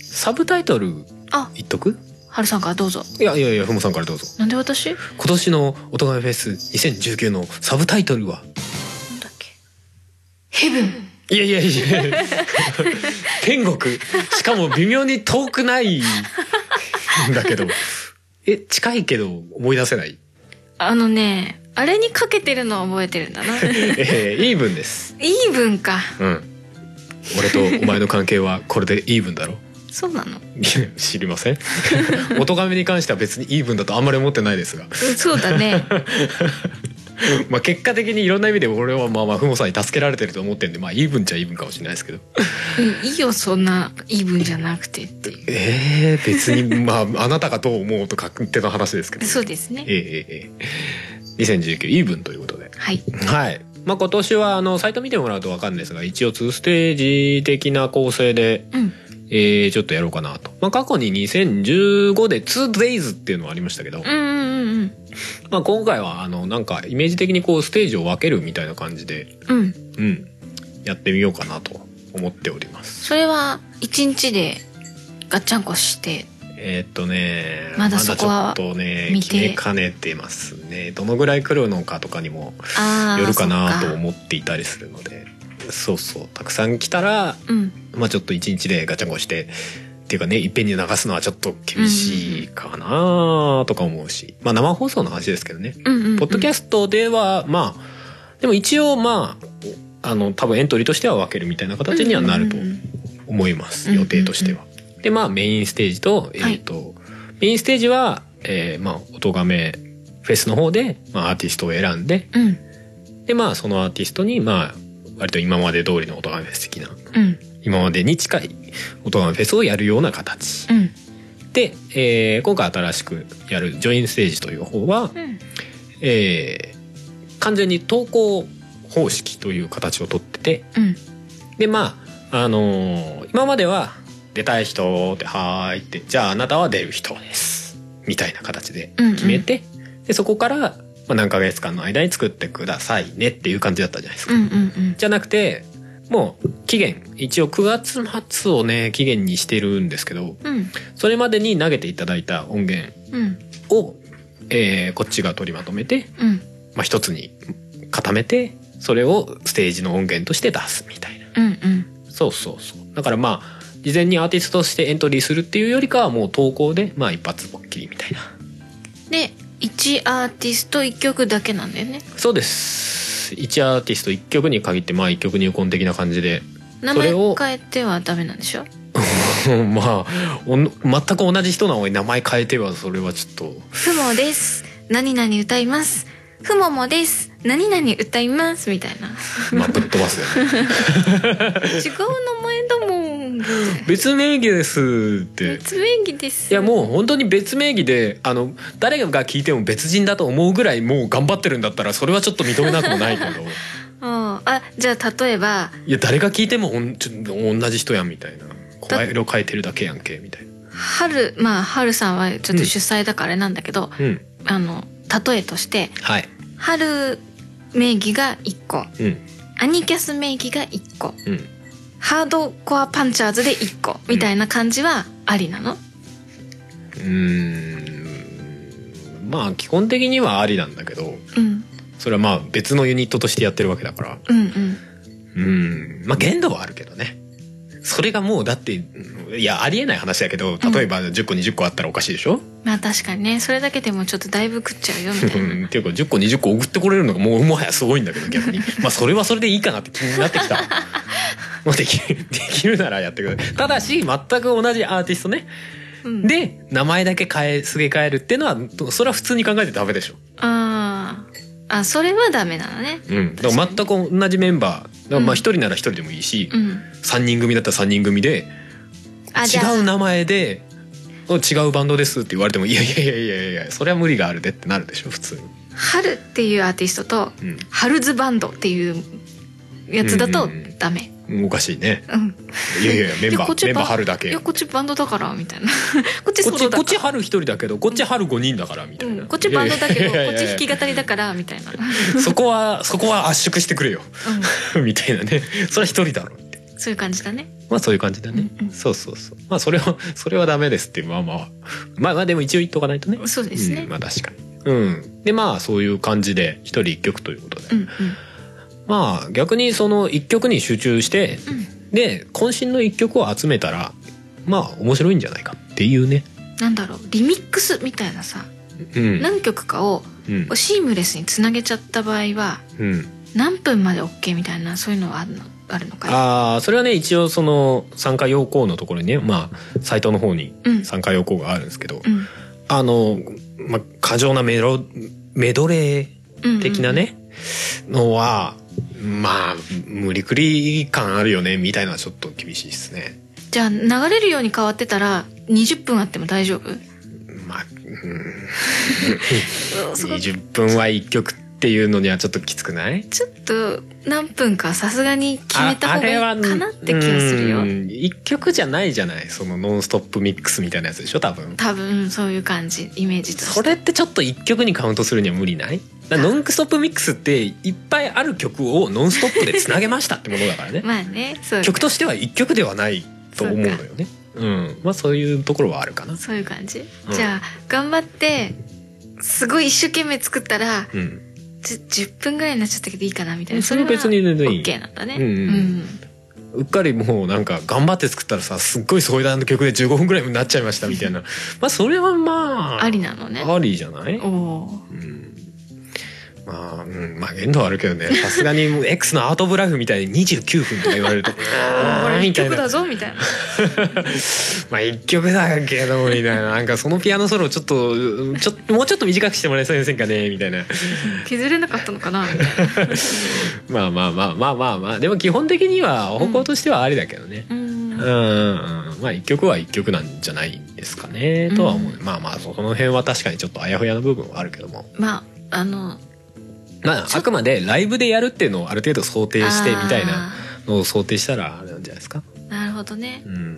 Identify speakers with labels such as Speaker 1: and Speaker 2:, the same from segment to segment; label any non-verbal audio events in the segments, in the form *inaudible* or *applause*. Speaker 1: サブタイトル
Speaker 2: あ、
Speaker 1: 言っとく
Speaker 2: はるさんからどうぞ。
Speaker 1: いやいやいやふもさんからどうぞ
Speaker 2: なんで私なん
Speaker 1: 今年の「おとがめフェス2019」のサブタイトルは
Speaker 2: だっけ。ヘブン。
Speaker 1: いやいやいや天国しかも微妙に遠くないんだけどえ近いけど思い出せない、
Speaker 2: あのね、あれにかけてるのは覚えてるん
Speaker 1: *laughs*
Speaker 2: だな。イ
Speaker 1: えー、イーブンです
Speaker 2: ーブンか。
Speaker 1: うん俺とお前の関係はこれでイーブンだろ *laughs*
Speaker 2: そうな
Speaker 1: い
Speaker 2: の。
Speaker 1: や知りませんおとがめに関しては別にイーブンだとあんまり思ってないですが
Speaker 2: うんそうだ
Speaker 1: *laughs*
Speaker 2: ね。
Speaker 1: まあ結果的にいろんな意味で俺はまあまあふもさんに助けられてると思ってんでまあイーブンっちゃイーブンかもしれないですけど
Speaker 2: うん、いいよ、そんなイーブンじゃなくてっていう。
Speaker 1: ええ別にまああなたがどう思うとか勝手の話ですけど
Speaker 2: そうですね。
Speaker 1: ええええ2019イーブンということで
Speaker 2: はい。
Speaker 1: はいまあ今年はあのサイト見てもらうと分かるんですが一応2ステージ的な構成で、
Speaker 2: うん。
Speaker 1: えーちょっとやろうかなと、まあ、過去に2015で 2days っていうのはありましたけど、
Speaker 2: うんうんうん
Speaker 1: まあ、今回はあのなんかイメージ的にこうステージを分けるみたいな感じで
Speaker 2: うん。うん。
Speaker 1: うんやってみようかなと思っております
Speaker 2: それは、一日で、ガッチャンコして、
Speaker 1: えーっとね
Speaker 2: まだそこは
Speaker 1: まだちょっとね
Speaker 2: 未
Speaker 1: 決
Speaker 2: 定
Speaker 1: めかねてますねどのぐらい来るのかとかにも
Speaker 2: ああ。
Speaker 1: よるかな
Speaker 2: そっ
Speaker 1: と
Speaker 2: か
Speaker 1: 思っていたりするのでそうそうたくさん来たら
Speaker 2: うん。
Speaker 1: まあちょっと一日でガチャンコしてっていうかねいっぺんに流すのはちょっと厳しいかなとか思うし、まあ生放送の話ですけどね
Speaker 2: うんうんうん。
Speaker 1: ポッドキャ
Speaker 2: ス
Speaker 1: ストではまあでも一応まああの多分エントリーとしては分けるみたいな形にはなると思います
Speaker 2: うん
Speaker 1: 予定としては。でまあメインステージと,、え
Speaker 2: はい
Speaker 1: ーとメインステージは、えーまあ、音がめフェスの方で、まあ、アーティストを選んで
Speaker 2: うん。
Speaker 1: でまあそのアーティストにまあ割と今まで通りの音がめフェス的な
Speaker 2: うん。
Speaker 1: 今までに近い音がめフェスをやるような形
Speaker 2: うん。
Speaker 1: で、えー今回新しくやるジョインステージという方は、
Speaker 2: うん。
Speaker 1: えー完全に投稿方式という形をとってて
Speaker 2: うん。
Speaker 1: でまああのー今までは「出たい人」って「はーい」って「じゃああなたは出る人です」みたいな形で
Speaker 2: うんうん
Speaker 1: 決めて、でそこから、まあ、何ヶ月間の間に作ってくださいねっていう感じだったじゃないですか。
Speaker 2: うんうんうん。
Speaker 1: じゃなくてもう期限一応9月末をね期限にしてるんですけど
Speaker 2: うん。
Speaker 1: それまでに投げていただいた音源
Speaker 2: うん。
Speaker 1: をえーこっちが取りまとめて、
Speaker 2: うん
Speaker 1: まあ、一つに固めてそれをステージの音源として出すみたいな
Speaker 2: うんうん
Speaker 1: そうそうそうだからまあ事前にアーティストとしてエントリーするっていうよりかはもう投稿でまあ一発ぼっきりみたいな
Speaker 2: で1アーティスト1曲だけなんだよね
Speaker 1: そうです1アーティスト1曲に限ってまあ1曲入魂的な感じで
Speaker 2: 名
Speaker 1: そ
Speaker 2: 前
Speaker 1: れを
Speaker 2: 変えてはダメなんでしょ
Speaker 1: まあおん全く同じ人なのに名前変えてはそれはちょっと
Speaker 2: ふもです何々歌いますふももです何々歌いますみたいな
Speaker 1: まあぶっ飛ばすよね
Speaker 2: 違う名前だもん
Speaker 1: 別名義ですって
Speaker 2: 別名義です
Speaker 1: いやもう本当に別名義であの誰が聞いても別人だと思うぐらいもう頑張ってるんだったらそれはちょっと認めなくもないけど
Speaker 2: うんあじゃあ例えば
Speaker 1: いや誰が聞いてもおんちょ同じ人やんみたいな声色変えてるだけやんけみたいな
Speaker 2: 春まあ春さんはちょっと主催だからあれなんだけど、
Speaker 1: うん
Speaker 2: あの例えとして
Speaker 1: はい
Speaker 2: 春名義が1個
Speaker 1: うん
Speaker 2: アニキャス名義が1個
Speaker 1: うん
Speaker 2: ハードコアパンチャーズで1個みたいな感じはありなの、
Speaker 1: うーんまあ基本的にはありなんだけど
Speaker 2: うん、
Speaker 1: それはまあ別のユニットとしてやってるわけだから
Speaker 2: うんうん
Speaker 1: うんまあ限度はあるけどねそれがもうだってうんいやありえない話だけど例えば10個20個あったらおかしいでしょ、
Speaker 2: まあ確かにねそれだけでもちょっとだいぶ食っちゃうよみたい
Speaker 1: うん
Speaker 2: な
Speaker 1: っていうか10個20個送ってこれるのがもうもはやすごいんだけど逆にまあそれはそれでいいかなって気になってき
Speaker 2: *laughs*
Speaker 1: たまあできるできるならやってくださいただし全く同じアーティストね、
Speaker 2: うん
Speaker 1: で名前だけ変えすげ替えるっていうのはそれは普通に考えてダメでしょ、
Speaker 2: あーあそれはダメなのね
Speaker 1: うん、だから全く同じメンバーだからま
Speaker 2: うん
Speaker 1: あ1人なら1人でもいいし、
Speaker 2: うん
Speaker 1: 3人組だったら3人組で
Speaker 2: あじゃあ
Speaker 1: 違う名前でお違うバンドですって言われてもいやいやいやいやいやそれは無理があるでってなるでしょ普通に、
Speaker 2: 春っていうアーティストと
Speaker 1: うん
Speaker 2: ハルズバンドっていうやつだと
Speaker 1: うんうんうん
Speaker 2: ダメ
Speaker 1: うん、おかしいね
Speaker 2: うん
Speaker 1: いやいやいやメン
Speaker 2: *laughs* いや
Speaker 1: バ
Speaker 2: こっ
Speaker 1: ー
Speaker 2: ち
Speaker 1: メンバー
Speaker 2: ば
Speaker 1: 春だ
Speaker 2: い
Speaker 1: け
Speaker 2: やこっちバンドだからみたいな *laughs* こっち
Speaker 1: こ
Speaker 2: ソ
Speaker 1: っ
Speaker 2: ロ
Speaker 1: ち
Speaker 2: だ
Speaker 1: こっ
Speaker 2: か
Speaker 1: ち
Speaker 2: ら
Speaker 1: 春一人だけどこっち春五人だからみた
Speaker 2: う
Speaker 1: いな、
Speaker 2: ん、こっちバンドだけど
Speaker 1: いやいやい
Speaker 2: こっ
Speaker 1: やい
Speaker 2: ち
Speaker 1: や
Speaker 2: 弾き語りだからみたいな、
Speaker 1: そこはそこは *laughs* 圧縮してくれよ
Speaker 2: う
Speaker 1: みたいなねそれは一人だろって
Speaker 2: ん、そういう感じだね
Speaker 1: まあそういう感じだね、
Speaker 2: うんうん
Speaker 1: そうそうそうまあそれはそれはダメですっていうまあまあまあまあでも一応言っとかないとね
Speaker 2: そうですね
Speaker 1: うん、まあ確かにうんでまあそういう感じで一人一曲ということで、
Speaker 2: うんうん
Speaker 1: まあ逆にその一曲に集中して
Speaker 2: うん
Speaker 1: で渾身の一曲を集めたらまあ面白いんじゃないかっていうね
Speaker 2: なんだろうリミックスみたいなさ
Speaker 1: うん
Speaker 2: 何曲かを
Speaker 1: うん
Speaker 2: シームレスにつなげちゃった場合は
Speaker 1: うん
Speaker 2: 何分まで OK みたいなそういうのはあるのあるのかい
Speaker 1: ああそれはね一応その参加要項のところにねまあサイトの方に
Speaker 2: うん
Speaker 1: 参加要項があるんですけど、
Speaker 2: うん
Speaker 1: あの、まあ、過剰なメロメドレ
Speaker 2: うんうん
Speaker 1: ー的なね、のはまあ無理くり感あるよねみたいなのはちょっと厳しいですね。
Speaker 2: じゃあ流れるように変わってたら20分あっても大丈夫
Speaker 1: まあ、うん、
Speaker 2: そこ
Speaker 1: 20分は1曲っていうのにはちょっときつくない
Speaker 2: ちょっと何分かさすがに決めた方がいい
Speaker 1: ああれは
Speaker 2: かなって気がする
Speaker 1: うん
Speaker 2: よ
Speaker 1: 1曲じゃないじゃないそのノンストップミックスみたいなやつでしょ多分。
Speaker 2: 多分そういう感じイメージとして
Speaker 1: それってちょっと一曲にカウントするには無理ないだからノンストップミックスっていっぱいある曲をノンストップでつなげましたってものだからね
Speaker 2: *laughs* まあねそう
Speaker 1: 曲としては一曲ではないと思うのよねうんまあそういうところはあるかな
Speaker 2: そういう感じ、
Speaker 1: うん
Speaker 2: じゃあ頑張ってすごい一生懸命作ったら
Speaker 1: うん
Speaker 2: じ10分ぐらいになっちゃったけどいいかなみたいな
Speaker 1: それは別に全然いい
Speaker 2: OK なんだね
Speaker 1: うんうんうっかりもうなんか頑張って作ったらさすっごい壮大な曲で15分ぐらいになっちゃいましたみ
Speaker 2: *laughs*
Speaker 1: たいなまあそれはまあ
Speaker 2: ありなのね
Speaker 1: ありじゃない
Speaker 2: おお
Speaker 1: うんまあ、うん、まあ限度はあるけどねさすがにもう X のアートオブライフみたいに29分とか言わ
Speaker 2: *laughs*
Speaker 1: れるとこ
Speaker 2: これ一曲だぞみた
Speaker 1: *laughs*
Speaker 2: いな
Speaker 1: まあ一曲だけどみたいななんかそのピアノソロちょっとちょっともうちょっと短くしてもらえそうですかねみたいな
Speaker 2: 削れなかったのかなみたいな
Speaker 1: まあまあまあまあまあまあでも基本的には方向としてはありだけどね、
Speaker 2: う
Speaker 1: うんん、うんまあ一曲は一曲なんじゃないですかねとは思う、
Speaker 2: う
Speaker 1: まあまあそこの辺は確かにちょっとあやふやな部分はあるけども
Speaker 2: まああの
Speaker 1: まああくまでライブでやるっていうのをある程度想定してみたいなのを想定したらあれなんじゃないですか
Speaker 2: あーなるほどね
Speaker 1: うん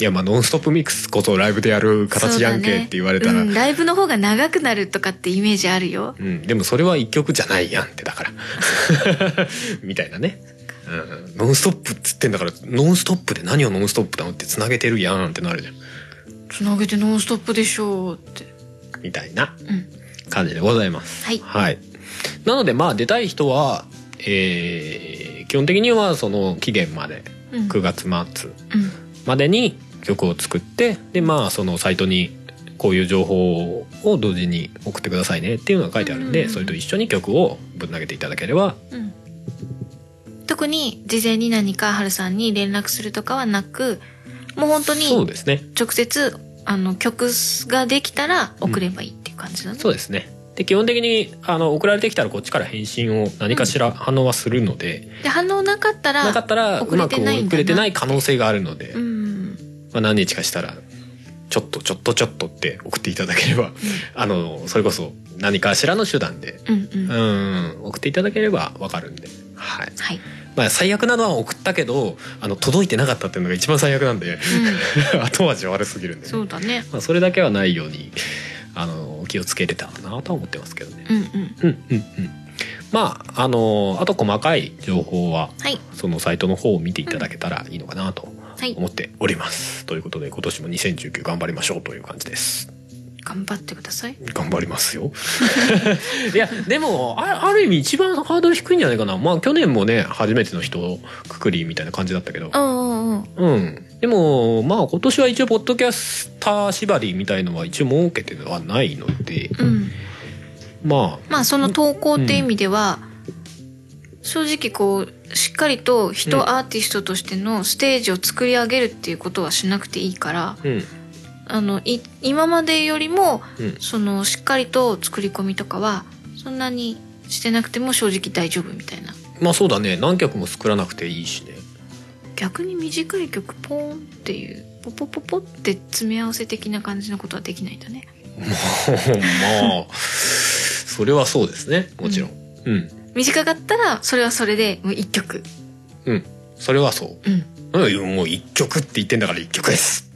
Speaker 1: いやまあ「ノンストップミックス」こそライブでやる形やんけって言われたら
Speaker 2: そうだねうんライブの方が長くなるとかってイメージあるよ
Speaker 1: うん、でもそれは一曲じゃないやんってだから *laughs* みたいなね、うん、ノンストップっつってんだからノンストップで何をノンストップなのってつなげてるやんってなるじゃん
Speaker 2: つなげて「ノンストップ!」でしょうって
Speaker 1: みたいな
Speaker 2: うん
Speaker 1: 感じでございます。
Speaker 2: はい
Speaker 1: なのでまあ出たい人は、えー基本的にはその期限まで
Speaker 2: うん
Speaker 1: 9月末
Speaker 2: うん
Speaker 1: までに曲を作ってでまあそのサイトにこういう情報を同時に送ってくださいねっていうのが書いてあるんで、
Speaker 2: うん
Speaker 1: それと一緒に曲をぶん投げていただければ
Speaker 2: うん特に事前に何か春さんに連絡するとかはなくもう本当
Speaker 1: そう
Speaker 2: に
Speaker 1: ですね
Speaker 2: 直接あの曲ができたら送ればいいっていう感じだね、
Speaker 1: そうですねで基本的にあの送られてきたらこっちから返信を何かしら反応はするので、
Speaker 2: で反応なかったら
Speaker 1: なかったらう
Speaker 2: 送れ
Speaker 1: まく
Speaker 2: てないんだな
Speaker 1: 送れてない可能性があるので、
Speaker 2: うん
Speaker 1: まあ、何日かしたらちょっとちょっとちょっとって送っていただければあのそれこそ何かしらの手段で
Speaker 2: うんうん、
Speaker 1: う
Speaker 2: は
Speaker 1: ん送っていただければわかるんで、はい
Speaker 2: い、
Speaker 1: まあ、最悪なのは送ったけどあの届いてなかったっていうのが一番最悪なんで *laughs* 後味悪すぎるん
Speaker 2: う
Speaker 1: でね、
Speaker 2: ん、そうだね
Speaker 1: まあ、それだけはないようにあの気をつけれたらなとは思ってますけどね。
Speaker 2: うんうん
Speaker 1: うんうんうん、まああのあと細かい情報は
Speaker 2: はい
Speaker 1: そのサイトの方を見ていただけたらいいのかなと
Speaker 2: はい
Speaker 1: 思っております。ということで今年も2019頑張りましょうという感じです。
Speaker 2: 頑張ってください
Speaker 1: 頑張りますよ。 *laughs* いやでもあある意味一番ハードル低いんじゃないかな。まあ去年もね初めての人くくりみたいな感じだったけど
Speaker 2: お。うおうおう
Speaker 1: うん。でもまあ今年は一応ポッドキャスター縛りみたいのは一応設けてはないので、
Speaker 2: うん
Speaker 1: ま
Speaker 2: まあその投稿って意味では、正直こうしっかりと
Speaker 1: うん
Speaker 2: 人アーティストとしてのステージを作り上げるっていうことはしなくていいから
Speaker 1: あうん
Speaker 2: あのい今までよりも
Speaker 1: うん
Speaker 2: そのしっかりと作り込みとかはそんなにしてなくても正直大丈夫みたいな
Speaker 1: まあそうだね何曲も作らなくていいしね。 *laughs*
Speaker 2: 逆に短い曲ポーンっていうポポポポって詰め合わせ的な感じのことはできないんだね
Speaker 1: まあそれはそうですねもちろん、うん、
Speaker 2: 短かったらそれはそれでもう1曲
Speaker 1: それはそう
Speaker 2: うん、
Speaker 1: うんもう一曲って言ってんだから一曲です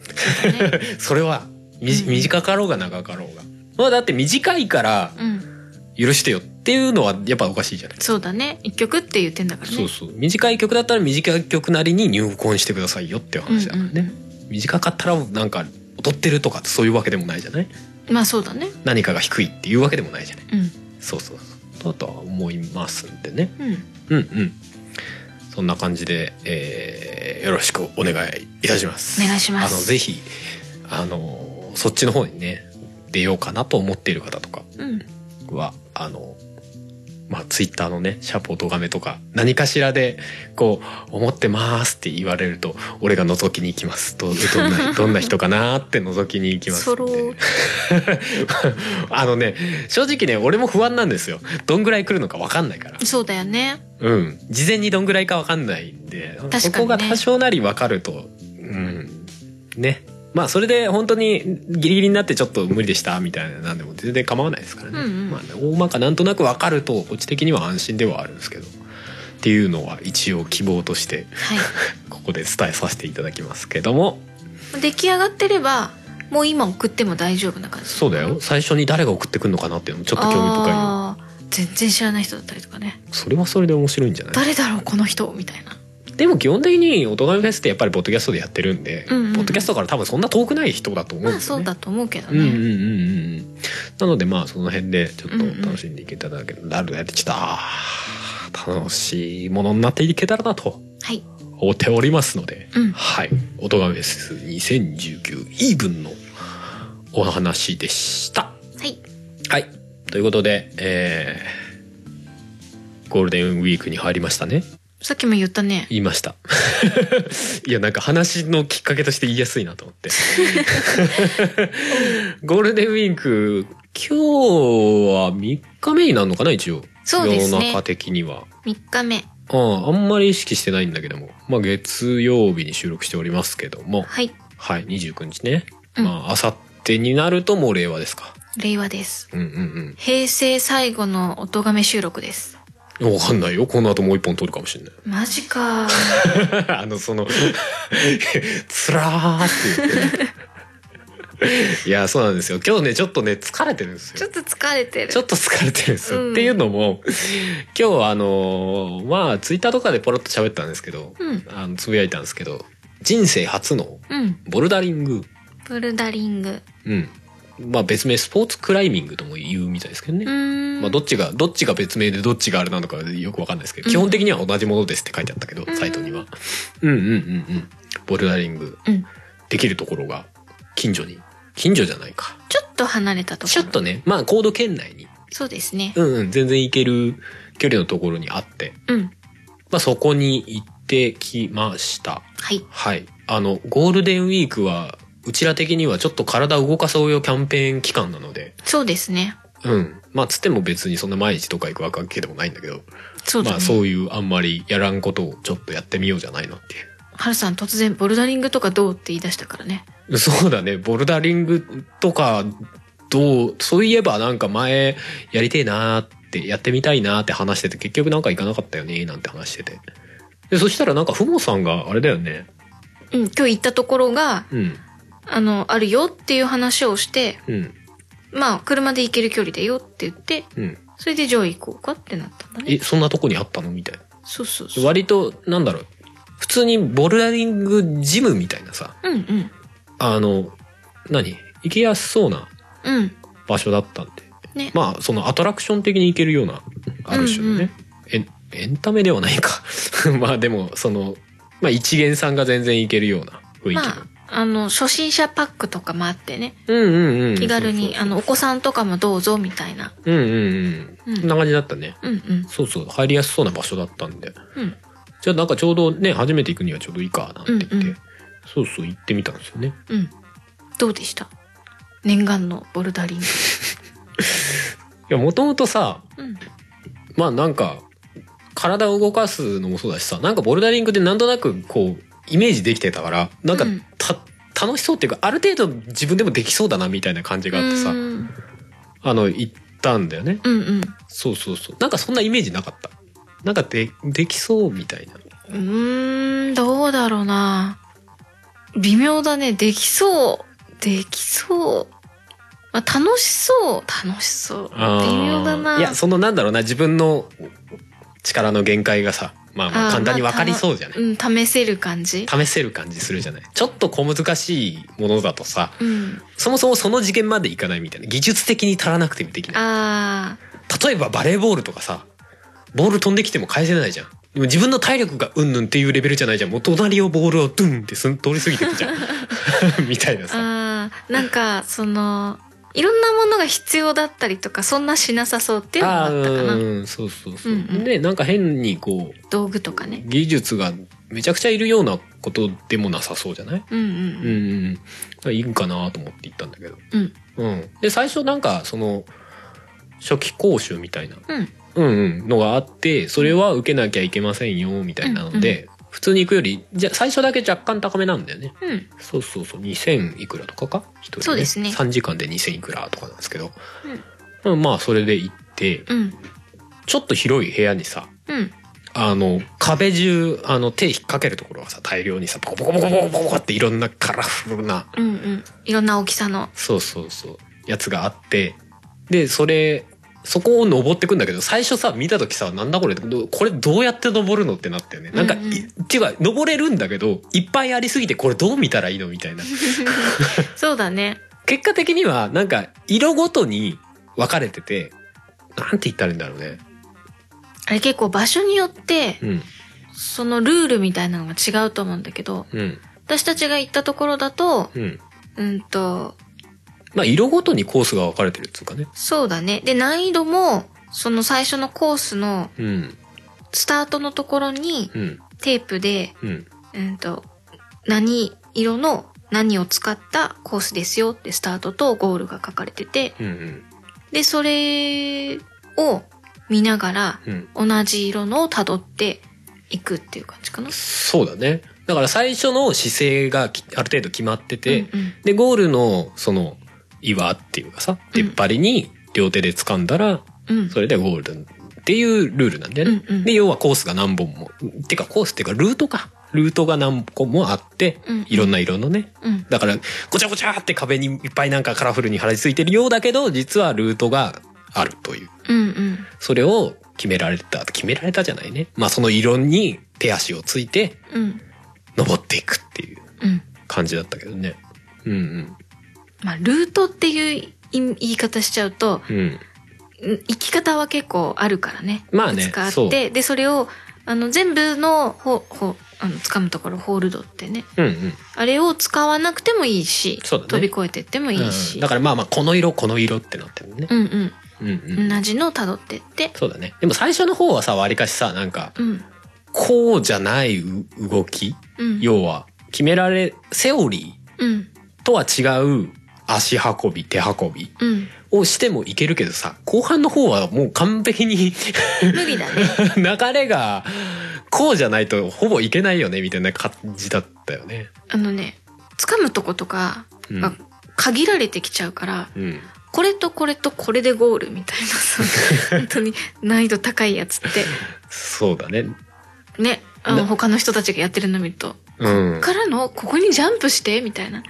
Speaker 2: ね
Speaker 1: それはみじ短かろうが長かろうがまあだって短いから
Speaker 2: うん、
Speaker 1: 許してよっていうのはやっぱおかしいじゃない
Speaker 2: そうだね1曲って言ってんだからね
Speaker 1: そうそう短い曲だったら短い曲なりに入魂してくださいよっていう話だからね、
Speaker 2: うんうん
Speaker 1: 短かったらなんか踊ってるとかそういうわけでもないじゃない
Speaker 2: うんまあそうだね
Speaker 1: 何かが低いっていうわけでもないじゃない
Speaker 2: うん
Speaker 1: そうそうそうだとは思いますんでね
Speaker 2: うん
Speaker 1: うんうん。そんな感じで、えーよろしくお願いいたします。
Speaker 2: お願いします
Speaker 1: あの、ぜひ、あの、そっちの方にね、出ようかなと思っている方とか
Speaker 2: うん
Speaker 1: は、あの、まあ、ツイッターのね、シャープ音めとか、何かしらで、こう、思ってますって言われると、俺が覗きに行きます。ど、どん
Speaker 2: *laughs*
Speaker 1: な、どんな人かなって覗きに行きます
Speaker 2: そ
Speaker 1: んで。
Speaker 2: ろーっ
Speaker 1: *laughs*
Speaker 2: と
Speaker 1: あのね、正直ね、俺も不安なんですよ。どんぐらい来るのかわかんないから。
Speaker 2: そうだよね
Speaker 1: うん、事前にどんぐらいかわかんないんで、
Speaker 2: かにね
Speaker 1: そこが多少なりわかると、うん、ねまあそれで本当にギリギリになってちょっと無理でしたみたいななんでも全然構わないですからね,、
Speaker 2: うんうん
Speaker 1: まあ、ね大まかなんとなくわかるとこっち的には安心ではあるんですけどっていうのは一応希望として
Speaker 2: はい *laughs*
Speaker 1: ここで伝えさせていただきますけども
Speaker 2: 出来上がってればもう今送っても大丈夫な感じ
Speaker 1: そうだよ最初に誰が送ってくるのかなっていうのもちょっと興味深いよ
Speaker 2: あー全然知らない人だったりとかね
Speaker 1: それはそれで面白いんじゃない
Speaker 2: 誰だろうこの人みたいな
Speaker 1: でも基本的に音楽フェスってやっぱりポッドキャストでやってるんで、
Speaker 2: うんうん
Speaker 1: ポッドキャストから多分そんな遠くない人だと思うん
Speaker 2: ま
Speaker 1: で
Speaker 2: あ
Speaker 1: すよ
Speaker 2: そう
Speaker 1: ね。
Speaker 2: だと思うけど
Speaker 1: うんうんうん
Speaker 2: ね
Speaker 1: うんうんなのでまあその辺でちょっと楽しんでいけたらけなるやってきたあー楽しいものになっていけたらなと
Speaker 2: はい
Speaker 1: 思っておりますので、
Speaker 2: うん
Speaker 1: はい音楽フェス2019イーブンのお話でした
Speaker 2: はい
Speaker 1: はいということでえー、ゴールデンウィークに入りましたね
Speaker 2: さっきも言ったね
Speaker 1: 言いました *laughs* いやなんか話のきっかけとして言いやすいなと思って
Speaker 2: *laughs*
Speaker 1: ゴールデンウィーク今日は3日目になるのかな一応
Speaker 2: そうですね
Speaker 1: 世の中的には
Speaker 2: 3日目
Speaker 1: うんあんまり意識してないんだけどもまあ月曜日に収録しておりますけども
Speaker 2: はい
Speaker 1: はい29日ね、
Speaker 2: うん
Speaker 1: まああさってになるともう令和ですか
Speaker 2: 令和です
Speaker 1: うんうん
Speaker 2: 平成最後の音がめ収録です
Speaker 1: うんわかんないよこの後もう一本撮るかもしれない
Speaker 2: マジか
Speaker 1: *laughs* あの、その、 *laughs* つらーっていう。いや、そうなんですよ。今日ね、ちょっとね、疲れてるんです
Speaker 2: ちょっ
Speaker 1: よ。
Speaker 2: と疲れてる
Speaker 1: ちょっと疲れてるんですよ。
Speaker 2: うん
Speaker 1: っていうのも、今日あの、まあ、ツイッターとかでポロっと喋ったんですけど、
Speaker 2: うん
Speaker 1: あの、つぶやいたんですけど、人生初の
Speaker 2: うん
Speaker 1: ボルダリング、
Speaker 2: ボルダリング
Speaker 1: うん、まあ別名スポーツクライミングとも言うみたいですけどね。
Speaker 2: うーん。
Speaker 1: まあ、どっちがどっちが別名でどっちがあれなのかよくわかんないですけど、
Speaker 2: うん
Speaker 1: 基本的には同じものですって書いてあったけど、
Speaker 2: うん
Speaker 1: サイトにはうんうんうんうんボルダリング
Speaker 2: うん
Speaker 1: できるところが近所に近所じゃないか
Speaker 2: ちょっと離れたとこ
Speaker 1: ちょ
Speaker 2: ろ。
Speaker 1: っとねまあ高度圏内に
Speaker 2: そうですね。
Speaker 1: うんうん全然行ける距離のところにあって、
Speaker 2: うん。
Speaker 1: まあ、そこに行ってきました
Speaker 2: はい。
Speaker 1: はいあのゴールデンウィークはうちら的にはちょっと体を動かそうよキャンペーン期間なので
Speaker 2: そうですね。
Speaker 1: うんまあつっても別にそんな毎日とか行くわけでもないんだけど
Speaker 2: そうだ
Speaker 1: ま
Speaker 2: ね。
Speaker 1: あそういうあんまりやらんことをちょっとやってみようじゃないのってい
Speaker 2: ハルさん突然ボルダリングとかどうって言い出したからね。
Speaker 1: う。 *laughs* そうだね、ボルダリングとかどう、そういえばなんか前やりてえなーって、やってみたいなーって話してて、結局なんか行かなかったよねーなんて話してて。で、そしたらなんかふもさんがあれだよね。
Speaker 2: うん、今日行ったところが、
Speaker 1: うん、
Speaker 2: あの、あるよっていう話をして、
Speaker 1: うん、
Speaker 2: まあ、車で行ける距離だよって言って、
Speaker 1: うん。
Speaker 2: それでじゃあ行こうかってなったんだ
Speaker 1: え、
Speaker 2: ね。
Speaker 1: そんなとこにあったのみたいな。
Speaker 2: そうそう
Speaker 1: で
Speaker 2: そう。
Speaker 1: 割と、なんだろう、普通にボルダリングジムみたいなさ、
Speaker 2: うんうん。
Speaker 1: あの、何行きやすそうな
Speaker 2: うん。
Speaker 1: 場所だったんで。
Speaker 2: ね。
Speaker 1: まあそのアトラクション的に行けるようなある種のね、エンエンタメではないか *laughs* まあでもその、まあ、一元さんが全然行けるような雰囲気の、
Speaker 2: まあ、あの、初心者パックとかもあってね。
Speaker 1: うんうんうん
Speaker 2: 気軽に、
Speaker 1: そう
Speaker 2: あの、お子さんとかもどうぞみたいな。
Speaker 1: そううんうんうん
Speaker 2: うん
Speaker 1: そんな感じだったね
Speaker 2: うんうん。
Speaker 1: そうそう入りやすそうな場所だったんで
Speaker 2: うん。
Speaker 1: じゃあなんかちょうどね初めて行くにはちょうどいいかなんて言って、
Speaker 2: うんうん
Speaker 1: そうそう行ってみたんですよね
Speaker 2: うん。どうでした念願のボルダリング。
Speaker 1: いやもともとさ
Speaker 2: うん。
Speaker 1: まあなんか体を動かすのもそうだしさなんかボルダリングってなんとなくこうイメージできてたからなんか
Speaker 2: うん
Speaker 1: た、楽しそうっていうかある程度自分でもできそうだなみたいな感じがあってさ
Speaker 2: うーん
Speaker 1: あの行ったんだよね
Speaker 2: うんうん。
Speaker 1: そうそうそうなんかそんなイメージなかったなんかでできそうみたいな
Speaker 2: うーん、どうだろうな。微妙だね。できそう。できそう。まあ、楽しそう。楽しそう。微
Speaker 1: あー
Speaker 2: 妙だな。
Speaker 1: いやそのなんだろうな自分の力の限界がさまあま
Speaker 2: あ
Speaker 1: あ
Speaker 2: ー
Speaker 1: 簡単に分かりそうじゃない、
Speaker 2: うん、試せる感じ。
Speaker 1: 試せる感じするじゃないちょっと小難しいものだとさ
Speaker 2: うん。
Speaker 1: そもそもその次元までいかないみたいな技術的に足らなくてもできない
Speaker 2: あ
Speaker 1: 例えばバレーボールとかさボール飛んできても返せないじゃんでも自分の体力がうんぬんっていうレベルじゃないじゃんもう隣をボールをドゥンってすん通り過ぎてくじゃ
Speaker 2: *laughs*
Speaker 1: んみたいな
Speaker 2: ー
Speaker 1: さ
Speaker 2: あーなんか、その、いろんなものが必要だったりとか、そんなしなさそうっていうのが
Speaker 1: あ
Speaker 2: あったかな。
Speaker 1: ーうんそうそうそう、
Speaker 2: うんうん
Speaker 1: でなんか変にこ
Speaker 2: 道具とか
Speaker 1: う
Speaker 2: ね。
Speaker 1: 技術がめちゃくちゃいるようなことでもなさそうじゃない
Speaker 2: うん
Speaker 1: う
Speaker 2: うんん
Speaker 1: うんうんいいんかなと思って行ったんだけど
Speaker 2: うん。うん。
Speaker 1: うんで最初なんかその初期講習みたいな
Speaker 2: うん。
Speaker 1: うんうんのがあってそれは受けなきゃいけませんよみたいなので、普通に行くよりじゃ最初だけ若干高めなんだよね
Speaker 2: うん。
Speaker 1: そうそうそう2000いくらとかか一人、
Speaker 2: そうですね
Speaker 1: 3時間で2000いくらとかなんですけど、うん、まあそれで行って
Speaker 2: うん。
Speaker 1: ちょっと広い部屋にさ
Speaker 2: うん。
Speaker 1: あの壁中あの手引っ掛けるところがさ大量にさボコボコボコボコボコボコっていろんなカラフルな
Speaker 2: うんうん。いろんな大きさの。
Speaker 1: そうそうそうやつがあってでそれそこを登ってくんだけど最初さ見た時さなんだこれどこれどうやって登るのってなったよねなんか、
Speaker 2: うんうん
Speaker 1: いっていうか登れるんだけどいっぱいありすぎてこれどう見たらいいのみたいな
Speaker 2: そうだね。
Speaker 1: 結果的にはなんか色ごとに分かれててなんて言ったらいいんだろうね
Speaker 2: あれ結構場所によって
Speaker 1: う、ん
Speaker 2: そのルールみたいなのが違うと思うんだけど、
Speaker 1: うん
Speaker 2: 私たちが行ったところだと、
Speaker 1: うん
Speaker 2: うんと、
Speaker 1: まあ色ごとにコースが分かれてるっつうかね
Speaker 2: そうだね。で、難易度も、その最初のコースの
Speaker 1: うん
Speaker 2: スタートのところに
Speaker 1: うん
Speaker 2: テープで、
Speaker 1: うん
Speaker 2: うんと、何色の何を使ったコースですよってスタートとゴールが書かれてて、
Speaker 1: うんうん
Speaker 2: で、それを見ながら、
Speaker 1: うん
Speaker 2: 同じ色のを辿っていくっていう感じかな。
Speaker 1: そうだねだから最初の姿勢がきある程度決まってて、
Speaker 2: うんうん
Speaker 1: でゴールのその岩っていうかさ
Speaker 2: うん
Speaker 1: 出っ張りに両手で掴んだら
Speaker 2: うん
Speaker 1: それでゴールドっていうルールなんだよね。
Speaker 2: うんうん
Speaker 1: で要はコースが何本もてかコースっていうかルートかルートが何個もあって
Speaker 2: うんうん
Speaker 1: いろんな色のね
Speaker 2: うん
Speaker 1: だからごちゃごちゃって壁にいっぱいなんかカラフルに貼り付いてるようだけど実はルートがあるという
Speaker 2: うんうん
Speaker 1: それを決められた決められたじゃないねまあその色に手足をついて
Speaker 2: うん
Speaker 1: 登っていくっていう
Speaker 2: うん
Speaker 1: 感じだったけどねうんうん
Speaker 2: まあ、ルートっていう言い言い方しちゃうと、
Speaker 1: うん。
Speaker 2: うん生き方は結構あるからね。
Speaker 1: まあね
Speaker 2: いくつかあっ
Speaker 1: そう
Speaker 2: て、で、それを、あの、全部の、ほ、ほ、あの、掴むところ、ホールドってね。
Speaker 1: うんうん。
Speaker 2: あれを使わなくてもいいし、
Speaker 1: そうだね
Speaker 2: 飛び越えてってもいい
Speaker 1: うん
Speaker 2: し。
Speaker 1: だからまあまあこの色この色ってなってるね、
Speaker 2: うんうん。
Speaker 1: うんうん
Speaker 2: 同じのを辿ってって。
Speaker 1: そうだねでも最初の方はさわりかしさなんか
Speaker 2: うん。
Speaker 1: こうじゃないう動き
Speaker 2: うん。
Speaker 1: 要は決められセオリ
Speaker 2: うん。
Speaker 1: ーとは違う足運び手運び
Speaker 2: うん。
Speaker 1: をしてもいけるけどさ後半の方はもう完璧に *laughs*
Speaker 2: 無理だね。
Speaker 1: 流れがこうじゃないとほぼいけないよねみたいな感じだったよね。
Speaker 2: あのね、掴むとことか
Speaker 1: うん
Speaker 2: が限られてきちゃうから、
Speaker 1: うん、
Speaker 2: これとこれとこれでゴールみたいなさ、本当に難易度高いやつ
Speaker 1: *laughs*
Speaker 2: って、
Speaker 1: そうだね。
Speaker 2: ね、あの
Speaker 1: な
Speaker 2: 他の人たちがやってるの見ると、
Speaker 1: うん。
Speaker 2: からの、ここにジャンプしてみたいな。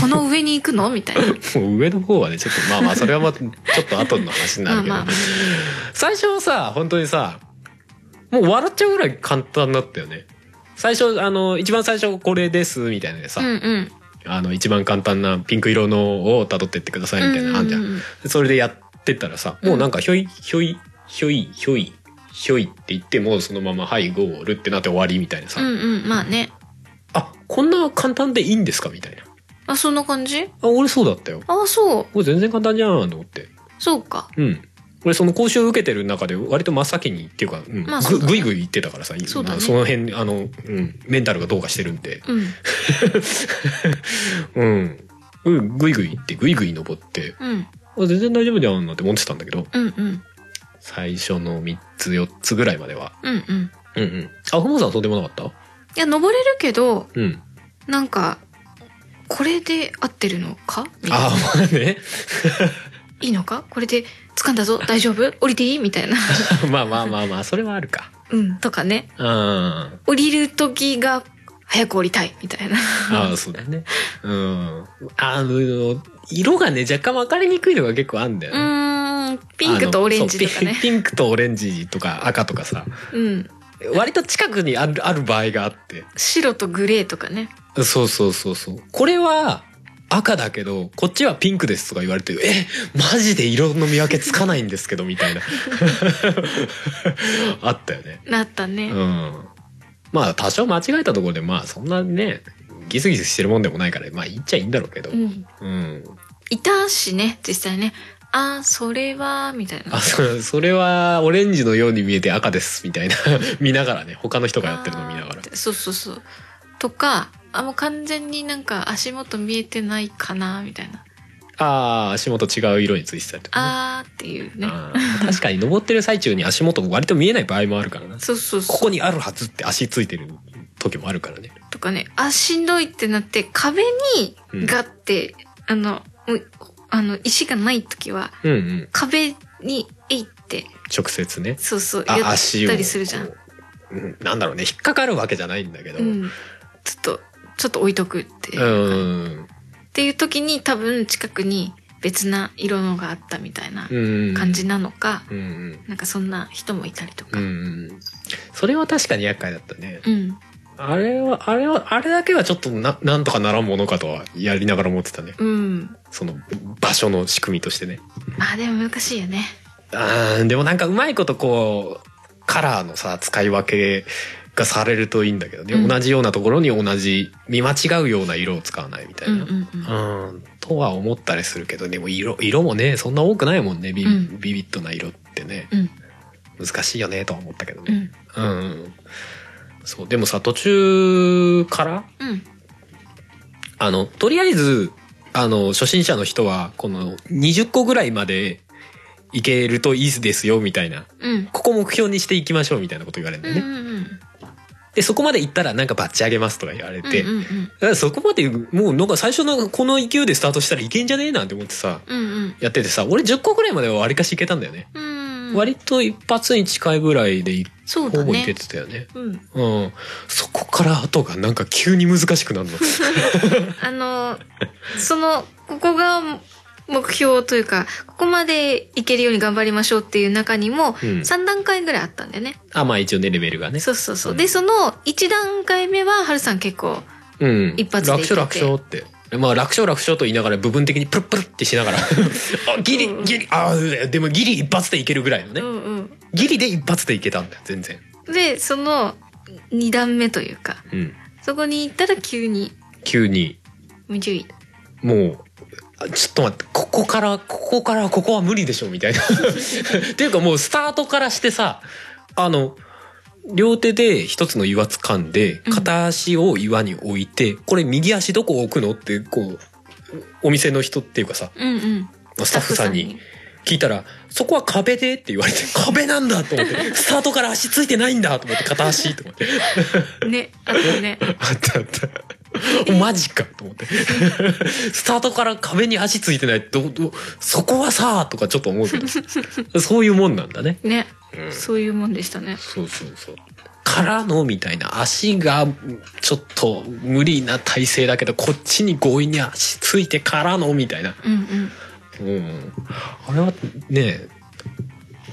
Speaker 2: この上に行くのみ
Speaker 1: *laughs*
Speaker 2: たいな。
Speaker 1: もう上の方はねちょっとまあまあそれはまあちょっと後の話にな
Speaker 2: ま
Speaker 1: る
Speaker 2: あ
Speaker 1: けど、
Speaker 2: まあま
Speaker 1: 最初はさ本当にさもう笑っちゃうぐらい簡単だったよね最初あの一番最初これですみたいなのでさ、
Speaker 2: あ。うんうん。
Speaker 1: あの一番簡単なピンク色のをたどってってくださいみたいなのあんじゃん,、
Speaker 2: うんうんうん
Speaker 1: それでやってったらさもうなんかひょいひょいひょいひょいひょいって言ってもうそのまま「はいゴール」ってなって終わりみたいなさ、
Speaker 2: うんうん。まあね。
Speaker 1: あこんな簡単でいいんですかみたいな
Speaker 2: あ、そんな感じ
Speaker 1: あ俺そうだったよ
Speaker 2: あ、そう。
Speaker 1: これ全然簡単じゃんと思って
Speaker 2: そうか。
Speaker 1: うん。俺その講習を受けてる中で割と真っ先にっていうか、うん
Speaker 2: まあそう
Speaker 1: ぐ
Speaker 2: だね
Speaker 1: ぐいぐい言ってたからさ、
Speaker 2: そうだね
Speaker 1: まあその辺あの、うん、メンタルがどうかしてるんで、
Speaker 2: うん。
Speaker 1: うん、うんぐいぐい行ってぐいぐい登って
Speaker 2: うん。
Speaker 1: あ全然大丈夫じゃんなんて思ってたんだけど
Speaker 2: うんうん。
Speaker 1: 最初の3つ4つぐらいまでは
Speaker 2: うんうん。
Speaker 1: うんうんあふもさんそうでもなかった
Speaker 2: いや、登れるけど、
Speaker 1: うん
Speaker 2: なんか、これで合ってるのかみたいな
Speaker 1: あまあね *laughs*
Speaker 2: いいのかこれで掴んだぞ大丈
Speaker 1: *laughs*
Speaker 2: 夫降りていいみたいな。
Speaker 1: まあまあまあまあそれはあるか
Speaker 2: うん。とかね。
Speaker 1: うんあ
Speaker 2: 降りる時が、早く降りたいみたいな。
Speaker 1: あそうだねうんあの色がね若干分かりにくいのが結構あんだよ
Speaker 2: う
Speaker 1: ね、
Speaker 2: ーん。ピンクとオレンジとか
Speaker 1: あのそう
Speaker 2: ね。
Speaker 1: ピンピンクとオレンジとか赤とかさ
Speaker 2: うん。
Speaker 1: 割と近くにあるある場合があって
Speaker 2: 白とグレーとかね。
Speaker 1: そうそうそうそうこれは赤だけどこっちはピンクですとか言われて「えマジで色の見分けつかないんですけど」みたいな *laughs* あったよね
Speaker 2: なったね。
Speaker 1: うんまあ多少間違えたところでまあそんなねギスギスしてるもんでもないからまあ言っちゃいいんだろうけど
Speaker 2: うん。
Speaker 1: うん
Speaker 2: いたしね、実際ね。あー、それは、みたいな。
Speaker 1: あそそれはオレンジのように見えて赤ですみたいな見ながらね他の人がやってるのを見ながら
Speaker 2: あーそうそうそう。とか、あ、もう完全になんか足元見えてないかな、みたいな。
Speaker 1: ああ足元違う色についてたりとか、ね
Speaker 2: あーっていうね。
Speaker 1: あー確かに登ってる最中に足元割と見えない場合もあるからな
Speaker 2: そうそうそう。
Speaker 1: ここにあるはずって足ついてる時もあるからね
Speaker 2: とかね、あ、しんどいってなって、壁に
Speaker 1: うん
Speaker 2: ガッて、あの、うあの、石がない時は、
Speaker 1: うんうん
Speaker 2: 壁に、えいって、
Speaker 1: 直接ね
Speaker 2: そうそう、
Speaker 1: あ
Speaker 2: やっ
Speaker 1: 足を
Speaker 2: たりするじゃん
Speaker 1: こ。ううん、なんだろうね引っかかるわけじゃないんだけど
Speaker 2: う
Speaker 1: うん
Speaker 2: ん。ちょっと、ちょっと置いとくっていう。
Speaker 1: うん
Speaker 2: っていう時に多分近くに別な色のがあったみたいな
Speaker 1: うん
Speaker 2: 感じなのか、
Speaker 1: うんうん
Speaker 2: なんかそんな人もいたりと
Speaker 1: う
Speaker 2: か。
Speaker 1: んう
Speaker 2: うん。
Speaker 1: んそれは確かに厄介だったねあれはあれはあれだけはちょっとななんとかならんものかとはやりながら思ってたね
Speaker 2: うん。
Speaker 1: その場所の仕組みとしてね
Speaker 2: まあでも難しいよね。
Speaker 1: あーでもなんかうまいことこうカラーのさ使い分けがされるといいんだけどね、
Speaker 2: うん
Speaker 1: 同じようなところに同じ見間違うような色を使わないみたい
Speaker 2: うんう
Speaker 1: な。うん
Speaker 2: んうん。
Speaker 1: とは思ったりするけどでも色色もねそんな多くないもんねビ,、
Speaker 2: うん
Speaker 1: ビビッドな色ってね
Speaker 2: うん。
Speaker 1: 難しいよねとは思ったけど
Speaker 2: う
Speaker 1: ね、
Speaker 2: ん。
Speaker 1: うんうんそうでもさ途中から
Speaker 2: うん。
Speaker 1: あのとりあえずあの初心者の人はこの20個ぐらいまでいけるといいですよみたいな
Speaker 2: うん。
Speaker 1: ここ目標にしていきましょうみたいなこと言われるん
Speaker 2: う
Speaker 1: だ
Speaker 2: ん
Speaker 1: よね。
Speaker 2: うん
Speaker 1: で、そこまで行ったらなんかバッチ上げますとか言われ
Speaker 2: うん。
Speaker 1: て、
Speaker 2: うんうん
Speaker 1: だからそこまでもうなんか最初のこの勢いでスタートしたらいけんじゃねえなんて思ってさ、
Speaker 2: うん。うん
Speaker 1: やっててさ、俺10個ぐらいまでは割かしいけたんだよね。
Speaker 2: うん。うん。
Speaker 1: 割と一発に近いぐらいでい
Speaker 2: そう
Speaker 1: ほ
Speaker 2: だ
Speaker 1: ぼいけ
Speaker 2: ね。
Speaker 1: てたよね。
Speaker 2: うん。
Speaker 1: うん。そこから後がなんか急に難しく
Speaker 2: *laughs*
Speaker 1: なるの。
Speaker 2: あの、その、ここが目標というか、ここまでいけるように頑張りましょうっていう中に
Speaker 1: う
Speaker 2: も、
Speaker 1: ん
Speaker 2: 3段階ぐらいあったんだよね。
Speaker 1: あ、まあ一応ね、レベルがね。
Speaker 2: そうそうそう。
Speaker 1: うん
Speaker 2: で、その1段階目は、はるさん結構、
Speaker 1: うん。
Speaker 2: 一発でいけて
Speaker 1: 楽勝楽勝って。まあ楽勝楽勝と言いながら部分的にプルプルってしなが
Speaker 2: *laughs*
Speaker 1: らあギリギリあでもギリ一発でいけるぐらいのね、
Speaker 2: うんうん
Speaker 1: ギリで一発でいけたんだよ全然、
Speaker 2: でその2段目というか
Speaker 1: うん、
Speaker 2: そこに行ったら急に
Speaker 1: 急に
Speaker 2: 無注意
Speaker 1: もうあちょっと待ってここからここからここは無理でしょみたいな *laughs* っていうかもうスタートからしてさあの両手で一つの岩掴んで
Speaker 2: うん
Speaker 1: 片足を岩に置いて、これ右足どこ置くのってこうお店の人っていうかさ
Speaker 2: うんうん
Speaker 1: スタッフさんに聞いたら、そこは壁でって言われて、壁なんだと思って、スタートから足ついてないんだと思って、片足と思って。
Speaker 2: スタッフさんにねあとね
Speaker 1: *laughs* あったあった。マジかと思って。 *laughs* スタートから壁に足ついてないどうどうそこはさ、とかちょっと思うけど。 *laughs* そういうもんなんだね。
Speaker 2: ね
Speaker 1: うん
Speaker 2: そういうもんでしたね
Speaker 1: そうそうそう。からのみたいな足がちょっと無理な体勢だけどこっちに強引に足ついてからのみたいな
Speaker 2: うんうん
Speaker 1: うん、あれはね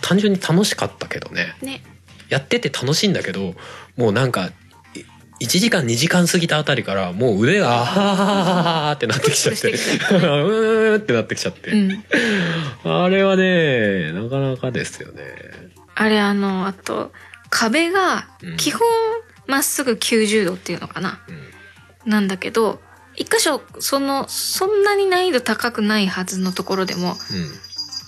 Speaker 1: 単純に楽しかったけどね
Speaker 2: ね
Speaker 1: やってて楽しいんだけどもうなんかい1時間2時間過ぎたあたりからもう腕が「あはははは」ってなってきちゃ
Speaker 2: *laughs*
Speaker 1: って「う
Speaker 2: プルプルして
Speaker 1: ーん」ってなってきちゃって、
Speaker 2: うん
Speaker 1: あれはねなかなかですよね
Speaker 2: あれあのあと壁が
Speaker 1: うん
Speaker 2: 基本まっすぐ90度っていうのかな、なんだけど一箇所そのそんなに難易度高くないはずのところでも